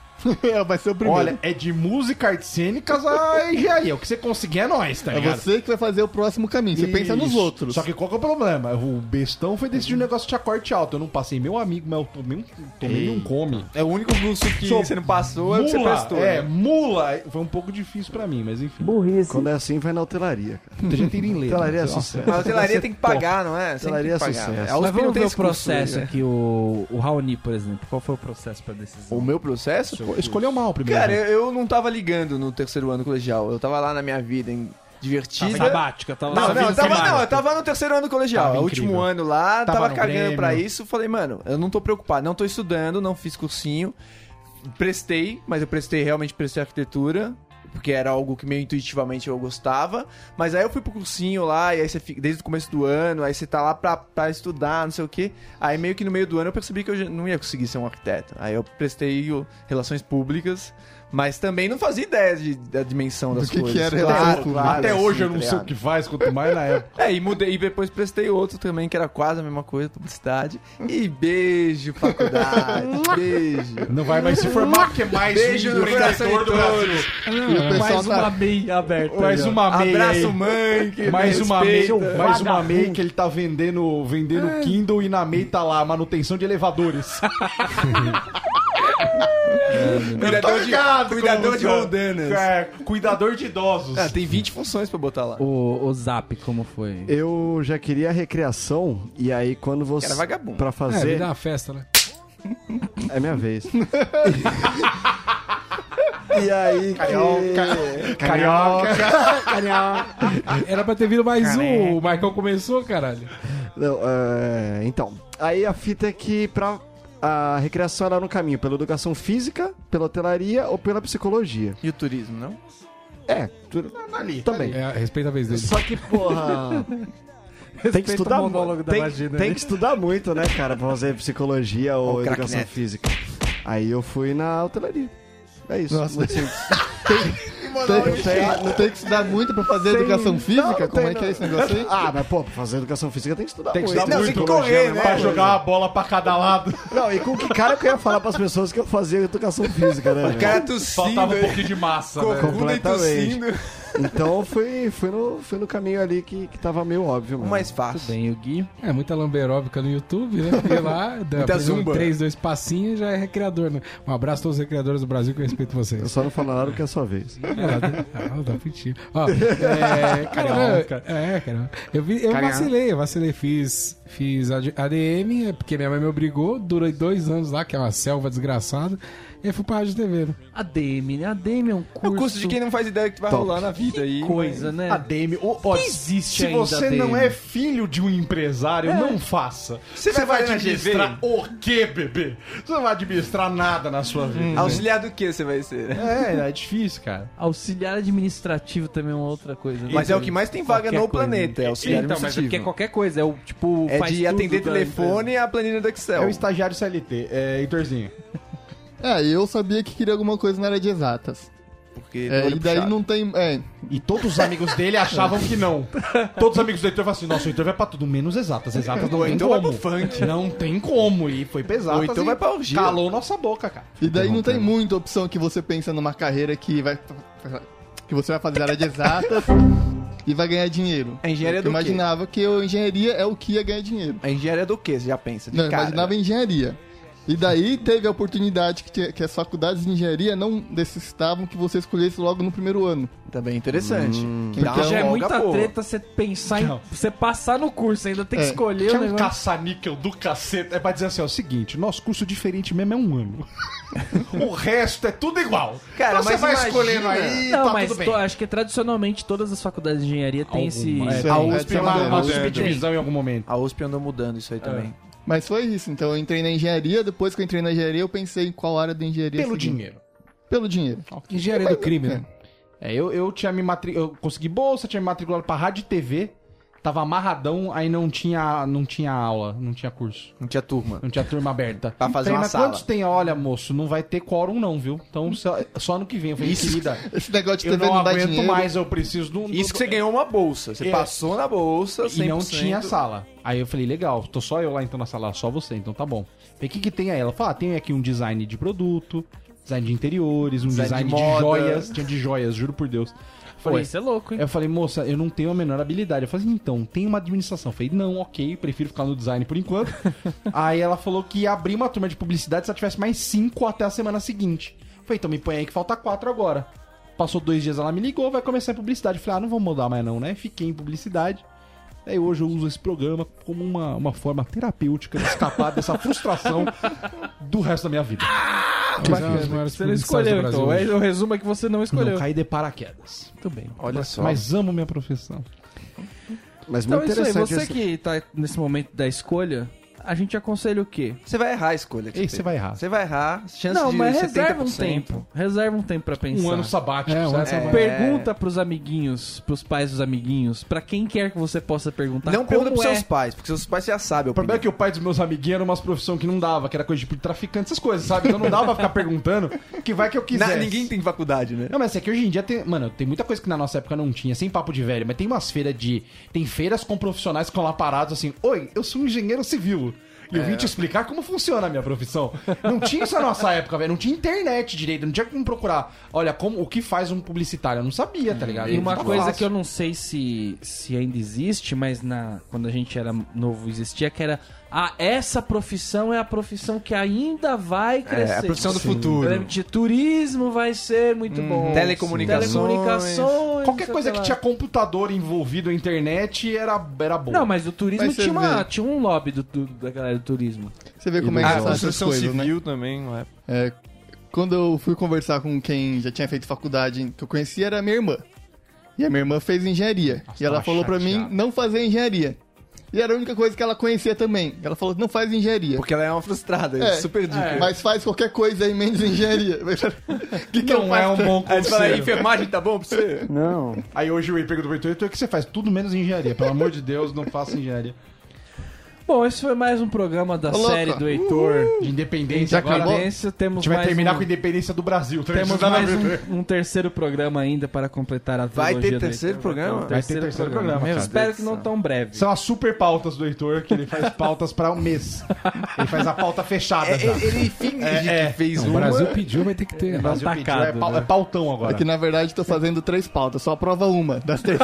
J: vai ser o primeiro.
C: Olha, é de música, artes cênicas a engenharia. O que você conseguir é nós, tá
J: é
C: ligado?
J: você que vai fazer o próximo caminho. Você pensa nos
C: Isso.
J: outros.
C: Só que qual que é o problema? O bestão foi decidir um negócio de corte alto. Eu não passei meu amigo, mas eu tomei um, tomei um come.
B: É o único curso que
C: Sou
B: você não passou é o que você
C: Mula,
B: prestou.
C: é,
B: né?
C: mula. Foi um pouco difícil pra mim, mas enfim.
F: Quando é assim, vai na hotelaria, cara.
C: Muita gente iria em letra.
F: Hotelaria é
C: né?
J: assim.
C: Nossa,
F: sucesso.
B: Mas a hotelaria tem que pagar, não é? Sempre
F: Hotelaria
B: tem
F: é
B: que pagar.
F: sucesso.
B: A
A: Mas
B: USP não
A: vamos
B: tem
A: ver o
B: esse curso
A: processo
B: aí, né?
A: aqui, o, o Raoni, por exemplo. Qual foi o processo pra decisão?
B: O meu processo?
C: Escolheu mal o primeiro.
B: Cara, eu, eu não tava ligando no terceiro ano colegial. Eu tava lá na minha vida, em divertida.
A: Sabática, tava
B: Não,
A: lá.
B: não, eu tava, não, eu tava no terceiro ano do colegial.
I: Tava
B: é o último
I: incrível.
B: ano lá,
C: Tava
B: tava,
C: no
B: cagando
C: Grêmio.
B: pra isso. Falei, mano, eu não tô preocupado, não tô estudando, não fiz cursinho. Prestei, mas eu prestei, realmente prestei arquitetura, porque era algo que meio intuitivamente eu gostava. Mas aí eu fui pro cursinho lá, e aí você fica, desde o começo do ano, aí você tá lá pra, pra estudar, não sei o quê. Aí meio que no meio do ano eu percebi que eu já não ia conseguir ser um arquiteto. Aí eu prestei o- relações públicas. Mas também não fazia ideia de- da dimensão das
J: que que
B: coisas.
J: era relações públicas.
C: Até hoje eu não
B: assim,
C: sei
B: tá
C: o
B: ligado?
C: que faz, quanto mais na época.
B: É, e mudei, e depois prestei outro também, que era quase a mesma coisa, publicidade. E beijo, faculdade, beijo.
I: Não vai mais se formar, que é mais
B: Beijo
C: um
B: no coração de todos.
J: E
C: é,
J: o pessoal
A: mais uma
J: tá.
A: meia aberta.
C: Mais
A: aí, ó.
C: uma meia
B: Abraço,
C: aí.
B: mãe, que
C: Mais
B: me
C: uma MEI,
B: respeita. É.
C: mais uma MEI que ele tá vendendo, vendendo Kindle e na MEI tá lá, manutenção de elevadores.
B: Cuidador de, cuidador de roldanas.
C: É, cuidador de idosos.
B: Ah, tem 20 funções pra botar lá.
A: O, o Zap, como foi?
F: Eu já queria a recreação, e aí quando você.
B: Era vagabundo.
F: Pra
I: É,
F: fazer.
I: vida é uma festa, né?
F: É minha vez. e aí. Que... Carioca.
I: Era pra ter vindo mais um, o Marcão começou, caralho.
F: Não, é, então, aí a fita é que pra. A recreação era no caminho pela educação física, pela hotelaria ou pela psicologia.
B: E o turismo, não?
F: É, tu- também.
I: É, respeita a vez dele.
F: Só que, porra. tem que estudar muito. Tem, tem que estudar muito, né, cara, pra fazer psicologia ou
B: Ô,
F: educação
B: craque
F: física. Aí eu fui na hotelaria. É isso.
J: Nossa,
F: Muito simples.
J: Tem, tem- tem que estudar muito pra fazer educação física?
F: Não,
J: Como
F: tem,
J: é que
F: não.
J: é esse negócio aí?
F: Ah, mas pô, pra fazer educação física tem que estudar muito.
B: estudar Não, tem que
F: Psicologia
B: correr, né?
F: é a mesma
C: Pra
F: coisa.
C: jogar uma bola pra cada lado.
F: Não, e com que cara que eu ia falar pras pessoas que eu fazia educação física, né?
B: O
F: meu?
B: cara tossindo,
C: Faltava um pouquinho de massa, né?
B: corcunda e
F: Completamente.
B: tossindo.
F: Então eu fui, fui, no, fui no caminho ali que, que tava meio óbvio,
B: O
F: mano.
B: mais fácil.
A: Bem, o Gui.
I: É, muita lamberóbica no YouTube, né? Porque lá, dá, faz um
B: zumba.
I: três, dois passinhos já é recreador, né? Um abraço a todos os recreadores do Brasil que eu respeito
F: Eu
I: vocês.
F: só não falo nada porque é a sua vez.
I: É, lá, ah, dá pitinho. Ó, é, cara, é, cara. Eu, vi- eu vacilei, eu vacilei. Fiz, fiz AD- ADM, é porque minha mãe me obrigou. Durei dois anos lá, que é uma selva desgraçada. E aí fui pra Rádio TV, né?
A: ADM, né? ADM é um
B: É
A: curso.
B: o custo de quem não faz ideia do que vai rolar na vida aí.
A: coisa, né?
C: ADM, ô, ó,
A: existe
C: se
A: ainda
C: você
A: ADM.
C: não é filho de um empresário, não faça. Você,
B: vai
C: vai
B: fazer na
C: administrar o quê, bebê? Você não vai administrar nada na sua vida.
B: Auxiliar do que você vai ser, né?
C: É, é difícil, cara.
A: Auxiliar administrativo também é uma outra coisa. né?
B: Mas é o que mais tem vaga
A: Qualquer
B: no
A: coisa.
B: planeta, é auxiliar
A: Então, mas é porque é
B: administrativo.
A: qualquer coisa. É o tipo.
B: É
A: faz
B: de
A: tudo
B: atender
A: da
B: telefone à planilha do
C: É
B: Excel.
C: o estagiário CLT, é, Heitorzinho.
J: É, eu sabia que queria alguma coisa na área de exatas.
B: Porque
J: É,
B: olho
J: e daí
B: puxado.
J: não tem. É,
C: E todos os amigos dele achavam que não. Todos os amigos do Heitor falaram assim: nossa, o Heitor vai pra tudo, menos exatas. Exatas não
B: Ou
C: tem
B: então vai
C: como.
B: pro funk.
C: Não tem como. E foi pesado. assim,
B: Ou então vai pra orgia.
C: Calou nossa boca, cara.
J: E daí não tem muita opção que você pensa numa carreira que vai. que você vai fazer área de exatas e vai ganhar dinheiro.
B: A engenharia
J: eu
B: do quê?
J: imaginava que eu, engenharia é o que ia ganhar dinheiro.
B: A engenharia é do que? Você já pensa? De
J: Não, eu
B: cara.
J: imaginava engenharia. E daí teve a oportunidade que, tinha- que as faculdades de engenharia não necessitavam que você escolhesse logo no primeiro ano.
B: Também é interessante. Que dá
J: Porque
B: uma
J: já
A: É
B: folga
A: muita
B: boa.
A: treta você pensar em.
C: Não.
A: Você passar no curso, ainda tem que
J: É,
A: escolher
C: Tinha
A: o
C: um
A: negócio.
C: caça-níquel do cacete. É pra dizer assim: ó, o seguinte, nosso curso diferente mesmo é um ano. o resto é tudo igual.
B: Cara,
C: Então você
B: mas
C: vai
B: imagina-
C: escolhendo aí,
A: Não,
C: tá
A: mas
C: tudo bem.
A: to- acho que tradicionalmente todas as faculdades de engenharia têm esse.
C: Alguma-
J: Isso
C: É,
J: aí,
C: a
J: é
C: USP é uma,
J: desabafo.
C: uma subdivisão em algum momento.
B: A USP andou mudando isso aí também.
J: Mas foi isso. Então eu entrei na engenharia, depois que eu entrei na engenharia, eu pensei em qual área da engenharia.
C: Pelo
J: seguir.
C: dinheiro.
J: Pelo dinheiro.
I: Engenharia do crime, né?
C: É, eu, eu tinha me matri... eu consegui bolsa, tinha me matriculado pra rádio e TV, tava amarradão, aí não tinha, não tinha aula, não tinha curso,
B: Não tinha turma.
C: não tinha turma aberta.
B: Pra fazer
C: Falei,
B: uma
C: mas
B: sala."
C: quantos tem? Olha, moço, não vai ter quórum não, viu? Então só, só ano que vem. Eu falei, querida,
J: Esse negócio de
C: eu
J: TV
C: não
J: não, dá
C: aguento
J: dinheiro.
C: mais, eu preciso de um...
B: Isso
C: do-
B: que você ganhou uma bolsa. Você
C: É.
B: passou na bolsa, 100%.
C: E não tinha sala. Aí eu falei, legal, tô só eu lá então na sala, só você, então tá bom. Falei, o que que tem aí? Ela falou, ah, tem aqui um design de produto, design de interiores, um
B: Design
C: design,
B: de
C: de,
B: moda.
C: joias. Tinha de joias, juro por Deus.
A: Pô, isso é louco, hein?
C: Eu falei, moça, eu não tenho a menor habilidade. Eu falei, então, tem uma administração. Eu falei, não, ok, prefiro ficar no design por enquanto. aí ela falou que ia abrir uma turma de publicidade se ela tivesse mais cinco até a semana seguinte. Eu falei, então me põe aí que falta quatro agora. Passou dois dias, ela me ligou, vai começar a publicidade. Eu falei, ah, não vou mudar mais não, né? Fiquei em publicidade. Aí hoje eu uso esse programa como uma, uma forma terapêutica de escapar dessa frustração do resto da minha vida.
B: Ah,
I: Você não escolheu, então.
A: O resumo é que você não escolheu.
I: Não, caí de paraquedas.
A: Muito bem.
B: Olha só.
I: Mas amo minha profissão.
F: Mas
A: Então
F: muito
A: é isso aí.
F: interessante
A: Você
F: essa-
A: que tá nesse momento da escolha, a gente aconselha o quê?
B: Você vai errar a escolha. que
I: Ei,
B: você
I: você
B: fez.
I: vai errar.
B: Você vai errar. Chance
A: Não,
B: de
A: mas
B: 70%.
A: reserva um tempo. Reserva um tempo pra pensar.
I: sabático. É, um ano sabático.
A: Pergunta pros amiguinhos, pros pais dos amiguinhos, pra quem quer que você possa perguntar.
B: Não pergunta
A: como
B: pros
A: é.
B: seus pais, porque seus pais já sabem.
C: O problema é que o pai dos meus amiguinhos era umas profissão que não dava, que era coisa tipo de traficante, essas coisas, sabe? Então não dava pra ficar perguntando que vai que eu quiser.
B: Ninguém tem faculdade, né?
C: Não, mas é que hoje em dia tem. Mano, tem muita coisa que na nossa época não tinha, sem papo de velho, mas tem umas feiras de. Tem feiras com profissionais que ficam lá parados assim: Oi, eu sou um engenheiro civil. E eu vim te explicar como funciona a minha profissão. Não tinha isso na nossa época, velho. Não tinha internet direito, não tinha como procurar. Olha, como, o que faz um publicitário? Eu não sabia, tá ligado?
A: E uma
C: Tá
A: coisa
C: fácil.
A: que eu não sei se, se ainda existe, mas na, quando a gente era novo existia, que era ah, essa profissão é a profissão que ainda vai crescer.
B: a profissão do
A: Sim.
B: futuro.
A: Eu lembro De turismo vai ser muito bom.
B: telecomunicações.
A: Telecomunicações,
C: Qualquer
A: sei
C: coisa
A: lá.
C: que tinha computador envolvido, internet, era, era boa.
A: Não, mas o turismo
J: Mas você
A: tinha, uma-
J: vê.
A: tinha um lobby do, do- da galera do turismo.
J: Você vê como é
B: A
J: que são essas
B: construção
J: coisas, né?
B: civil também, não é?
J: É, quando eu fui conversar com quem já tinha feito faculdade, que eu conhecia era a minha irmã. E a minha irmã fez engenharia. e ela
C: tava
J: falou pra mim
C: chateado.
J: não fazer engenharia. E era a única coisa que ela conhecia também. Ela falou, não faz engenharia.
B: Porque ela é uma frustrada, é.
J: É,
B: super dica.
J: Mas faz qualquer coisa aí menos engenharia. O que, que eu
C: não é um
J: faço?
C: bom
B: Aí você fala,
C: conselho.
B: enfermagem tá bom pra você?
F: Não.
C: Aí hoje o emprego do Bertolito é que você faz tudo menos engenharia. Pelo amor de Deus, não faça engenharia.
A: Bom, esse foi mais um programa da
J: Ô, louco.
A: série do Heitor.
C: De independência
J: Já
C: agora.
J: acabou?
A: Independência,
C: A
A: temos
C: gente vai
A: mais
C: terminar
A: um-
C: com a independência do Brasil. tá?
A: Temos
C: Isso dá na
A: mais
C: verdade.
A: um, um terceiro programa ainda para completar a
B: Vai ter
A: trilogia do
B: terceiro
A: Heitor.
B: programa?
A: Vai ter um
C: Vai ter terceiro programa,
A: Eu
C: cara.
A: espero que não tão breve.
C: São as super pautas do Heitor, que ele faz pautas pra um mês. Ele faz a pauta fechada já.
B: ele, ele finge que fez um,
I: Não, o
B: uma.
I: Brasil pediu, vai ter que ter.
C: é, Brasil pediu,
A: atacado,
C: é, pau-
A: né?
C: é pautão agora.
J: É que na verdade tô fazendo três pautas, só aprova uma das três.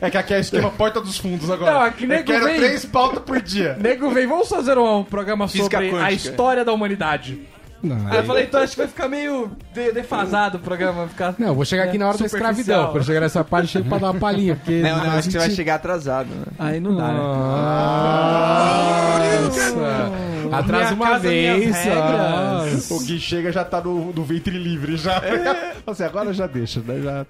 C: É que aqui é esquema porta dos fundos agora.
A: Não, aqui nem
C: Eu quero
A: vem.
C: três pautas por dia.
A: Nego vem, vamos fazer um programa sobre
B: Física quântica.
A: a história da humanidade.
B: é
I: Não,
A: Aí eu falei, então acho que vai ficar meio de- defasado o programa. vai Ficar...
I: Não, eu vou chegar aqui na hora da
A: Superficial.
I: escravidão. Quando chegar nessa parte, chego pra dar uma palhinha. Porque
B: Não, não,
I: a
B: acho que você vai
I: gente-
B: chegar atrasado, né?
A: Aí não dá, né?
I: Nossa! Atrás
A: Minha
I: uma
A: casa,
I: vez.
A: minhas regras.
I: nossa.
C: O Gui chega já tá no, no ventre livre. Já. Assim, agora já deixa, né? Já...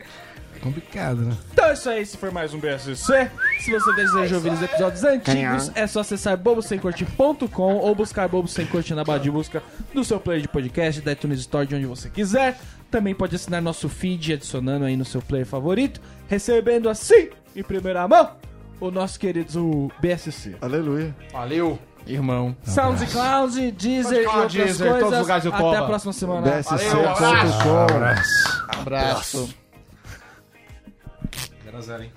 I: Complicado, né?
A: Então é isso aí, esse foi mais um BSC. Se você deseja ouvir os episódios antigos, é só acessar bobosemcorte.com ou buscar Bobo Sem Corte na barra de busca do seu player de podcast, da iTunes Store, de onde você quiser. Também pode assinar nosso feed adicionando aí no seu player favorito, recebendo assim, em primeira mão, o nosso querido BSC.
F: Aleluia.
C: Valeu, irmão.
A: Sounds e Cloud, Deezer e
C: falar
A: outras
C: Deezer,
A: coisas.
C: todos os lugares eu
A: Até
C: toba.
A: a próxima semana.
F: BSC.com.
J: Abraço.
I: Era zero, hein?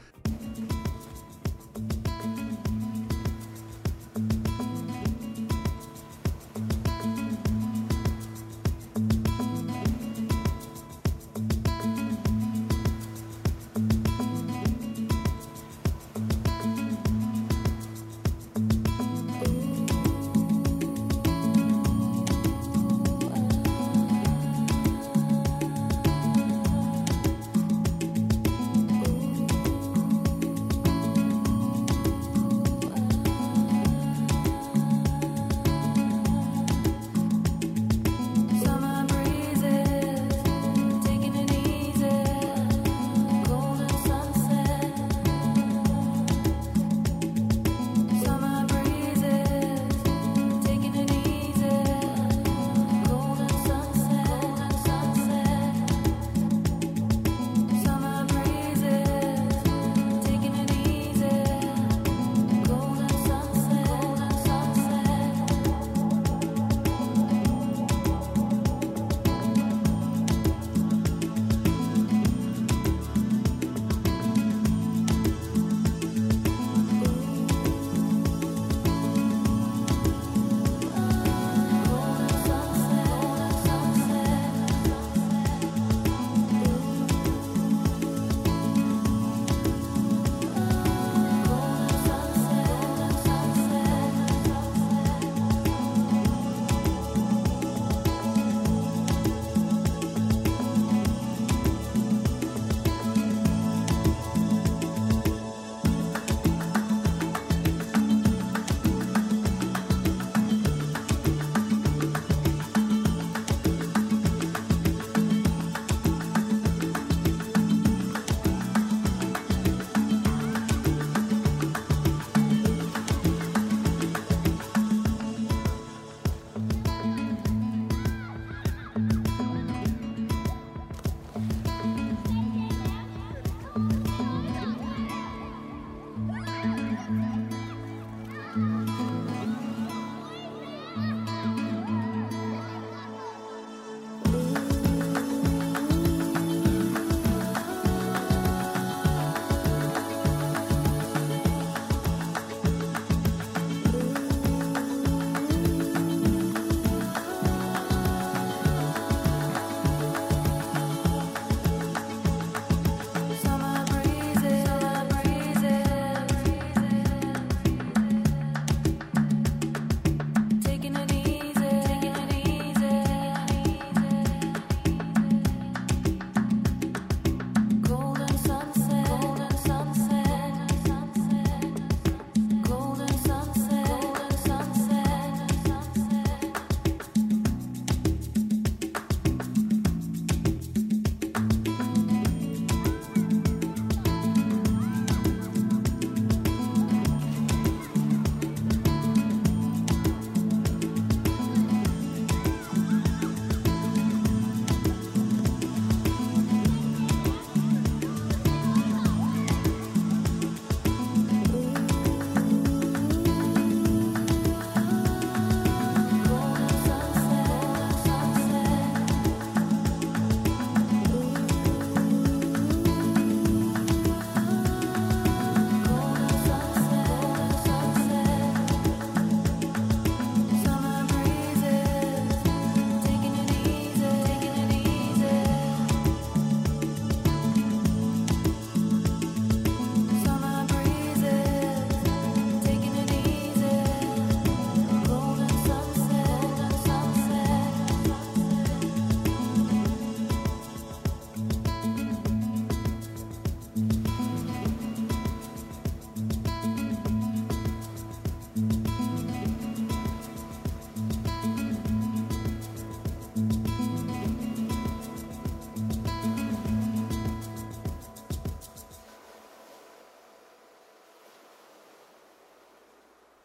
M: Ooh,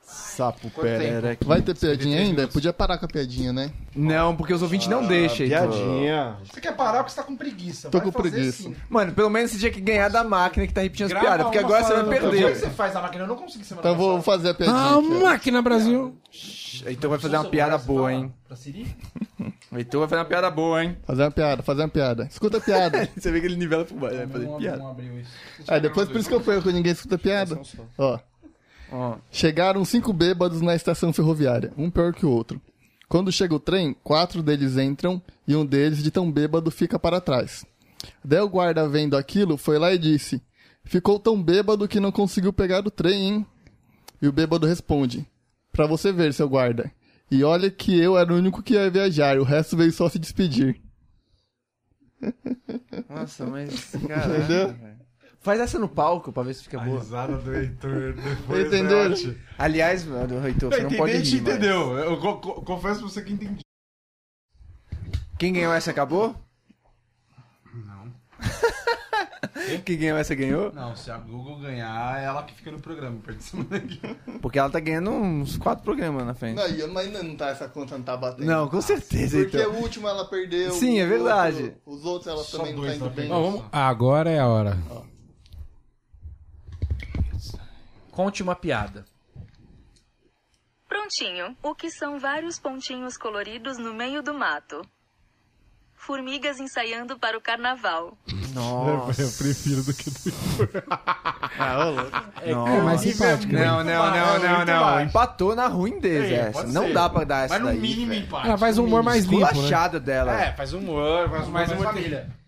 H: Sapo pera. Vai ter piadinha ainda? Podia parar com a piadinha, né?
B: Não, porque os ouvintes não deixam. então. Heitor.
F: Piadinha.
C: Você quer parar porque você tá com preguiça.
H: Tô
C: Vai
H: com
C: fazer
H: preguiça.
C: sim.
B: Mano, pelo menos você tinha que ganhar da máquina que tá repetindo as
C: Grava
B: piadas, porque
C: uma
B: agora você vai
C: falando. Como é que
B: perder.
C: você faz a máquina? Eu não consegui semana
H: Então eu vou fazer a piadinha.
I: Ah,
H: aqui, ó.
I: máquina Brasil.
B: Então vai fazer uma piada boa, hein?
C: Pra Siri?
B: Então vai fazer uma piada boa, hein?
H: Fazer uma piada, fazer uma piada. Escuta a piada.
B: Você vê que ele nivela pro baixo, vai fazer piada.
H: Aí depois por isso que eu perco, ninguém escuta a piada. Ó.
B: Ó.
H: Chegaram cinco bêbados na estação ferroviária, um pior que o outro. Quando chega o trem, quatro deles entram e um deles, de tão bêbado, fica para trás. Daí o guarda vendo aquilo, foi lá e disse: Ficou tão bêbado que não conseguiu pegar o trem, hein? E o bêbado responde: Pra você ver, seu guarda. E olha que eu era o único que ia viajar, o resto veio só se despedir.
B: Nossa, mas. Caralho. Faz essa no palco pra ver se fica boa.
M: Risada do Heitor
B: Tá
M: depois.
H: Entenderam?
B: Aliás, mano, Heitor, você
M: Eu
B: não
M: entendi,
B: pode rir.
M: te
B: mano.
M: entendeu. Eu co- co- confesso pra você que entendi.
B: Quem ganhou essa acabou? Não. Quem ganhou essa ganhou?
M: Não, se a Google ganhar, é ela que fica no programa, participando daqui.
B: Porque ela tá ganhando uns quatro programas na frente.
H: Não, e eu- mas ainda não tá, essa conta não tá batendo.
B: Não, é um com certeza,
H: Porque
B: Heitor.
H: o último ela perdeu.
B: Sim, é
H: o
B: verdade.
H: outro- os outros ela
M: Só
H: também não tá
M: dois
H: indo
M: tá
H: bem.
M: perdendo.
I: Agora é a hora.
A: Conte uma piada.
N: Prontinho, o que são vários pontinhos coloridos no meio do mato? Formigas ensaiando para o carnaval.
B: Nossa.
M: Prefiro do que
I: É mais simpático. né?
B: Não, não, não, não, não. Empatou na ruim deles
M: É,
B: essa.
M: pode
B: Não
M: ser.
B: dá pra dar é essa
M: Mas no
B: daí.
M: mínimo empate.
I: Ela faz Ah, um humor mais limpo, né?
C: É,
B: Esculachada dela.
M: É, faz humor, faz humor mais, família.